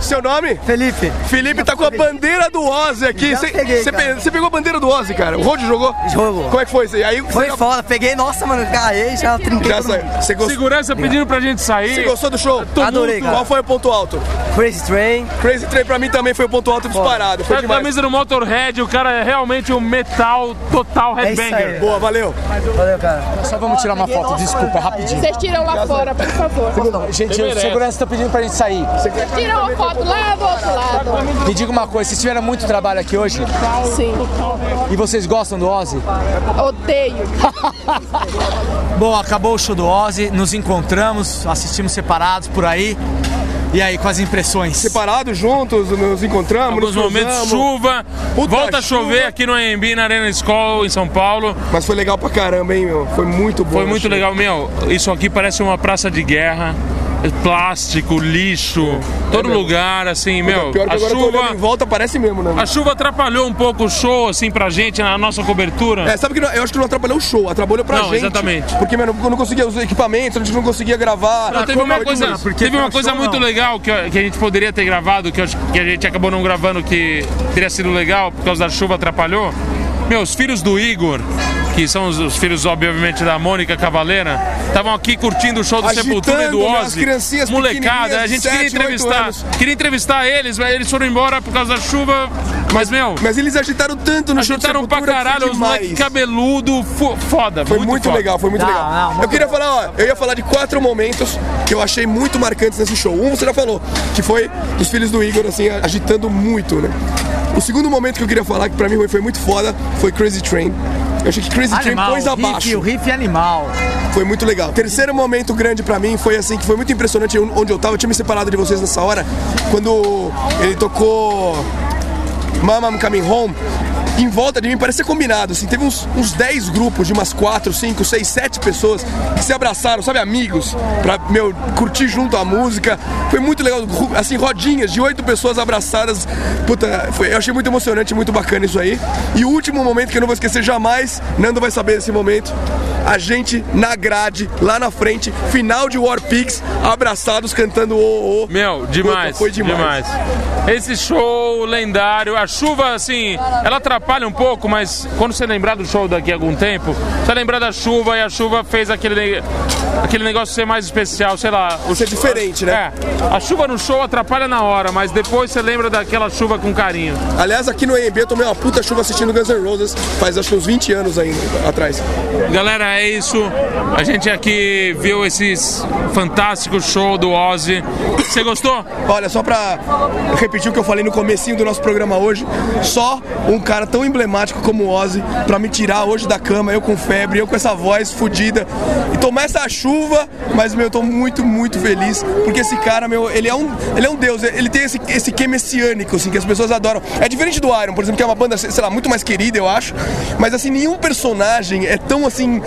[SPEAKER 5] Seu nome?
[SPEAKER 3] Felipe.
[SPEAKER 5] Felipe tá com a bandeira do Ozzy aqui.
[SPEAKER 28] Já
[SPEAKER 5] Você
[SPEAKER 28] peguei,
[SPEAKER 5] você pe-
[SPEAKER 28] cara.
[SPEAKER 5] você pegou a bandeira do Ozzy, cara. O Rod jogou?
[SPEAKER 28] Jogou.
[SPEAKER 5] Como é que foi isso aí? aí?
[SPEAKER 28] Foi foda, peguei, nossa, mano, agarrei, já trinquei
[SPEAKER 5] Já
[SPEAKER 28] todo mundo.
[SPEAKER 5] saiu. Você gost-
[SPEAKER 28] Segurança
[SPEAKER 5] pedindo
[SPEAKER 28] pra gente sair.
[SPEAKER 5] Você gostou do show?
[SPEAKER 28] Adorei, cara.
[SPEAKER 5] Qual foi o ponto alto?
[SPEAKER 28] Crazy Train.
[SPEAKER 5] Crazy Train pra mim também foi o ponto alto disparado.
[SPEAKER 6] Tá
[SPEAKER 5] Foi
[SPEAKER 6] com a
[SPEAKER 5] demais.
[SPEAKER 6] camisa do Motorhead, o cara é realmente um metal total
[SPEAKER 3] É
[SPEAKER 6] headbanger.
[SPEAKER 5] Boa, valeu.
[SPEAKER 28] É Valeu, cara.
[SPEAKER 3] Só vamos tirar uma foto, desculpa, rapidinho.
[SPEAKER 18] Vocês tiram lá fora, por favor.
[SPEAKER 3] Gente, o segurança tá pedindo pra gente sair.
[SPEAKER 18] Vocês tiram a foto lá do outro lado.
[SPEAKER 3] Me diga uma coisa, vocês tiveram muito trabalho aqui hoje?
[SPEAKER 18] Sim.
[SPEAKER 3] E vocês gostam do Ozzy?
[SPEAKER 18] Odeio.
[SPEAKER 3] Bom, acabou o show do Ozzy, nos encontramos, assistimos separados por aí. E aí, com as impressões?
[SPEAKER 5] Separados, juntos, nos encontramos.
[SPEAKER 6] Alguns
[SPEAKER 5] nos
[SPEAKER 6] momentos,
[SPEAKER 5] cruzamos.
[SPEAKER 6] chuva,
[SPEAKER 5] Puta
[SPEAKER 6] volta a chover
[SPEAKER 5] chuva.
[SPEAKER 6] aqui no AMB, na Arena School, em São Paulo.
[SPEAKER 5] Mas foi legal pra caramba, hein, meu? Foi muito bom.
[SPEAKER 6] Foi muito
[SPEAKER 5] achei.
[SPEAKER 6] legal, meu. Isso aqui parece uma praça de guerra. Plástico, lixo,
[SPEAKER 8] É
[SPEAKER 6] todo lugar, assim,
[SPEAKER 5] Puta,
[SPEAKER 6] meu.
[SPEAKER 5] pior que
[SPEAKER 6] A
[SPEAKER 5] agora eu tô
[SPEAKER 6] chuva.
[SPEAKER 5] olhando em volta, parece mesmo, né?
[SPEAKER 6] A chuva atrapalhou um pouco o show, assim, pra gente, na nossa cobertura.
[SPEAKER 5] É, sabe que não- eu acho que não atrapalhou o show, atrapalhou pra
[SPEAKER 6] Não,
[SPEAKER 5] gente.
[SPEAKER 6] exatamente.
[SPEAKER 5] Porque, mano, eu não conseguia os equipamentos, a gente não conseguia gravar.
[SPEAKER 6] Não, teve
[SPEAKER 5] Ah, Como
[SPEAKER 6] uma
[SPEAKER 5] é foi
[SPEAKER 6] coisa,
[SPEAKER 5] demais.
[SPEAKER 6] teve uma coisa muito legal que, que a gente poderia ter gravado, que, eu acho que a gente acabou não gravando, que teria sido legal por causa da chuva atrapalhou. Meus filhos do Igor, que são os, os filhos, obviamente, da Mônica Cavaleira, estavam aqui curtindo o show do
[SPEAKER 5] Agitando,
[SPEAKER 6] Sepultura e do
[SPEAKER 5] né, as
[SPEAKER 6] Ozzy.
[SPEAKER 5] criancinhas
[SPEAKER 6] Molecada,
[SPEAKER 5] pequenininhas
[SPEAKER 6] a
[SPEAKER 5] de
[SPEAKER 6] gente queria
[SPEAKER 5] sete, oito
[SPEAKER 6] entrevistar.
[SPEAKER 5] anos.
[SPEAKER 6] Queria entrevistar eles, mas eles foram embora por causa da chuva. Mas, meu.
[SPEAKER 5] Mas eles agitaram tanto no show do
[SPEAKER 6] Agitaram pra
[SPEAKER 5] Sepultura que foi
[SPEAKER 6] caralho, os
[SPEAKER 5] demais.
[SPEAKER 6] moleques cabeludo, fo- foda.
[SPEAKER 5] Foi muito,
[SPEAKER 6] foda.
[SPEAKER 5] legal, foi muito legal. eu queria falar, ó, eu ia falar de quatro momentos que eu achei muito marcantes nesse show. Um você já falou, que foi dos filhos do Igor, assim, agitando muito, né? O segundo momento que eu queria falar, que pra mim foi- foi muito foda, foi Crazy Train. Eu achei que Crazy
[SPEAKER 3] Animal,
[SPEAKER 5] Train pôs
[SPEAKER 3] o riff,
[SPEAKER 5] abaixo.
[SPEAKER 3] o riff é animal.
[SPEAKER 5] Foi muito legal. Terceiro momento grande pra mim foi assim, que foi muito impressionante onde eu tava, eu tinha me separado de vocês nessa hora, quando ele tocou Mama I'm Coming Home. Em volta de mim parecia combinado, assim, teve uns, uns 10 grupos de umas 4, 5, 6, 7 pessoas que se abraçaram, sabe, amigos, pra, meu, curtir junto a música. Foi muito legal, ru- assim, rodinhas de 8 pessoas abraçadas. Puta, foi- eu achei muito emocionante, muito bacana isso aí. E o último momento que eu não vou esquecer jamais, Nando vai saber desse momento. A gente na grade, lá na frente, final de War Pigs, abraçados cantando o o.
[SPEAKER 6] Meu, demais,
[SPEAKER 5] Puta, foi demais.
[SPEAKER 6] demais. Esse show lendário, a chuva assim, ela atrapalha um pouco, mas quando você lembrar do show daqui a algum tempo, você lembrar da chuva e a chuva fez aquele, aquele negócio ser mais especial, sei lá. O,
[SPEAKER 5] Ser diferente, né?
[SPEAKER 6] É, a chuva no show atrapalha na hora, mas depois você lembra daquela chuva com carinho.
[SPEAKER 5] Aliás, aqui no EMB eu tomei uma puta chuva assistindo Guns N' Roses faz acho que uns 20 anos ainda atrás.
[SPEAKER 6] Galera, é isso. A gente aqui viu esse fantástico show do Ozzy. Você gostou?
[SPEAKER 5] Olha, só pra repetir o que eu falei no comecinho do nosso programa hoje, só um cara tão emblemático como o Ozzy pra me tirar hoje da cama, eu com febre, eu com essa voz fodida e tomar essa chuva, mas meu, eu tô muito, muito feliz, porque esse cara, meu, ele é um, ele é um deus, ele tem esse, esse que messiânico, assim, que as pessoas adoram. É diferente do Iron, por exemplo, que é uma banda, sei lá, muito mais querida, eu acho, mas assim, nenhum personagem é tão, assim,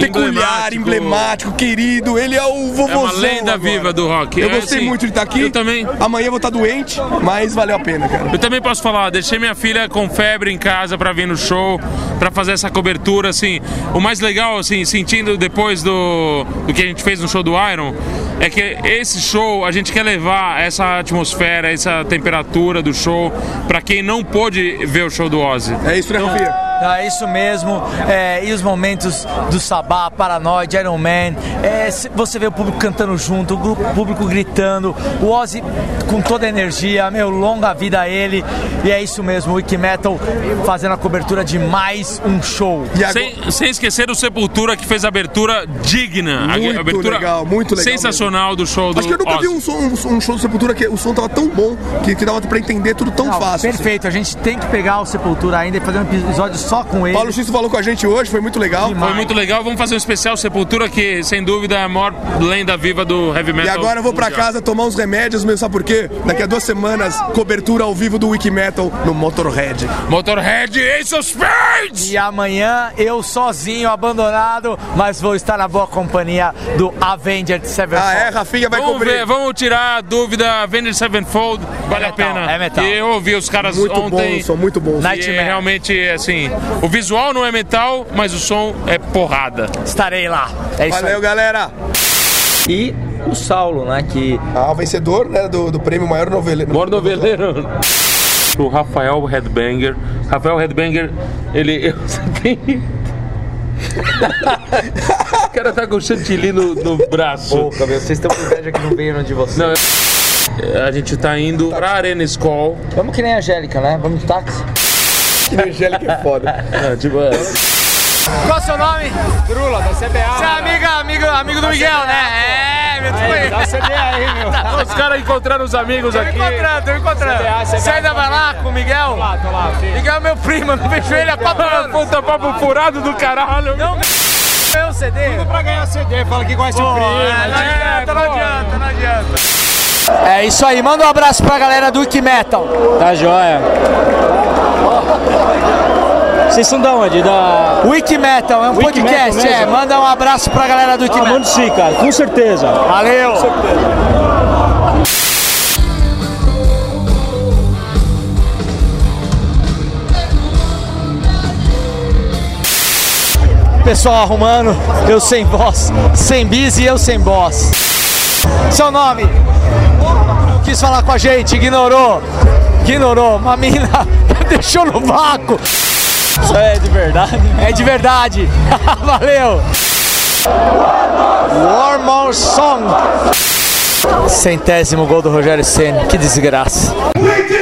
[SPEAKER 5] peculiar,
[SPEAKER 6] Emblemático.
[SPEAKER 5] emblemático, querido, ele é o vovôzão.
[SPEAKER 6] É uma lenda
[SPEAKER 5] agora.
[SPEAKER 6] viva do rock.
[SPEAKER 5] Eu
[SPEAKER 6] É
[SPEAKER 5] gostei
[SPEAKER 6] assim,
[SPEAKER 5] muito de estar aqui.
[SPEAKER 6] Eu também.
[SPEAKER 5] Amanhã eu vou estar doente, mas valeu a pena, cara.
[SPEAKER 6] Eu também posso falar, deixei minha filha com febre em casa pra vir no show, pra fazer essa cobertura, assim. O mais legal, assim, sentindo depois do, do que a gente fez no show do Iron, é que esse show, a gente quer levar essa atmosfera, essa temperatura do show pra quem não pôde ver o show do Ozzy.
[SPEAKER 5] É isso, né, Rafinha?
[SPEAKER 3] Ah, é isso mesmo. É, e os momentos do Sabá, Paranoid, Iron Man. É, se- você vê o público cantando junto, o grupo- o público gritando, o Ozzy com toda a energia, meu, longa vida a ele. E é isso mesmo, o Wiki Metal fazendo a cobertura de mais um show.
[SPEAKER 5] É.
[SPEAKER 6] Sem, sem esquecer o Sepultura que fez a abertura digna. A-
[SPEAKER 5] Muito
[SPEAKER 6] abertura
[SPEAKER 5] legal, muito legal
[SPEAKER 6] Sensacional do show do
[SPEAKER 5] Acho que eu nunca
[SPEAKER 6] Ozzy.
[SPEAKER 5] vi um, som- um- um show de Sepultura que o som tava tão bom que, que dava pra entender tudo tão
[SPEAKER 3] Não,
[SPEAKER 5] fácil. assim.
[SPEAKER 3] perfeito, a gente tem que pegar o Sepultura ainda e fazer um episódio só com ele.
[SPEAKER 5] Paulo Xisto falou com a gente hoje, foi muito legal.
[SPEAKER 6] Foi muito legal. Vamos fazer um especial Sepultura, que sem dúvida é a maior lenda viva do heavy metal.
[SPEAKER 5] E agora eu vou pra
[SPEAKER 6] mundial.
[SPEAKER 5] casa tomar uns remédios, meu, sabe por quê? Daqui a duas semanas, cobertura ao vivo do Wiki Metal no Motorhead.
[SPEAKER 6] Motorhead Ace of Spades!
[SPEAKER 3] E amanhã eu sozinho, abandonado, mas vou estar na boa companhia do Avenged Sevenfold.
[SPEAKER 5] Ah, é?
[SPEAKER 6] vamos Ver, vamos tirar a dúvida. Vender Sevenfold, vale a pena. É metal. E eu ouvi os caras
[SPEAKER 5] Muito
[SPEAKER 6] ontem. é
[SPEAKER 5] bom, são muito bons.
[SPEAKER 6] E é realmente, assim, O visual não é metal, mas o som é porrada.
[SPEAKER 7] Estarei lá.
[SPEAKER 6] É
[SPEAKER 7] isso
[SPEAKER 5] Valeu,
[SPEAKER 7] aí.
[SPEAKER 5] galera!
[SPEAKER 3] E o Saulo, né? Que.
[SPEAKER 5] Ah, o vencedor né, do, do prêmio maior noveleiro.
[SPEAKER 6] Maior noveleiro. O Rafael Headbanger. Rafael Headbanger, ele. eu- Você tem. o cara tá com chantilly no, no braço.
[SPEAKER 3] vocês estão com inveja que não veio no de vocês.
[SPEAKER 6] A gente tá indo pra Arena School.
[SPEAKER 3] Vamos que nem a Angélica, né? Vamos de táxi.
[SPEAKER 6] Que Angélica é foda. tipo, é.
[SPEAKER 7] Qual o seu nome?
[SPEAKER 3] Drula, da CBA.
[SPEAKER 7] Você é amiga, amigo, amigo do Miguel, né? É, meu
[SPEAKER 29] Aí, dá o CBA aí, meu.
[SPEAKER 6] Os caras encontraram os amigos
[SPEAKER 7] aqui. Tô encontrando, tô encontrando.
[SPEAKER 29] CBA,
[SPEAKER 7] Você ainda vai lá com o Miguel? Tô lá, tô lá. Miguel é meu primo, eu não vejo ele há quatro anos. Puta, papo furado do caralho. Não ganhou o CD? Tudo pra ganhar o CD, fala que conhece o primo. é, Não adianta, não adianta, não adianta.
[SPEAKER 3] É isso aí, manda um abraço pra galera do Wiki Metal. Tá joia. Vocês são da onde? Da... Wiki Metal, é um
[SPEAKER 13] Wiki
[SPEAKER 3] podcast,
[SPEAKER 13] Metal
[SPEAKER 3] é.
[SPEAKER 13] mesmo?
[SPEAKER 3] Manda um abraço pra galera do Wiki
[SPEAKER 13] Ah,
[SPEAKER 3] Metal.
[SPEAKER 13] mando sim, cara, com certeza.
[SPEAKER 3] Valeu! Pessoal arrumando, eu sem voz, sem bis e eu sem boss. Seu nome? Não quis falar com a gente, ignorou. Ignorou, uma mina deixou no vácuo. Isso é de verdade? É de verdade. Valeu. Warmore Song. Centésimo gol do Rogério Senna, que desgraça.
[SPEAKER 16] We did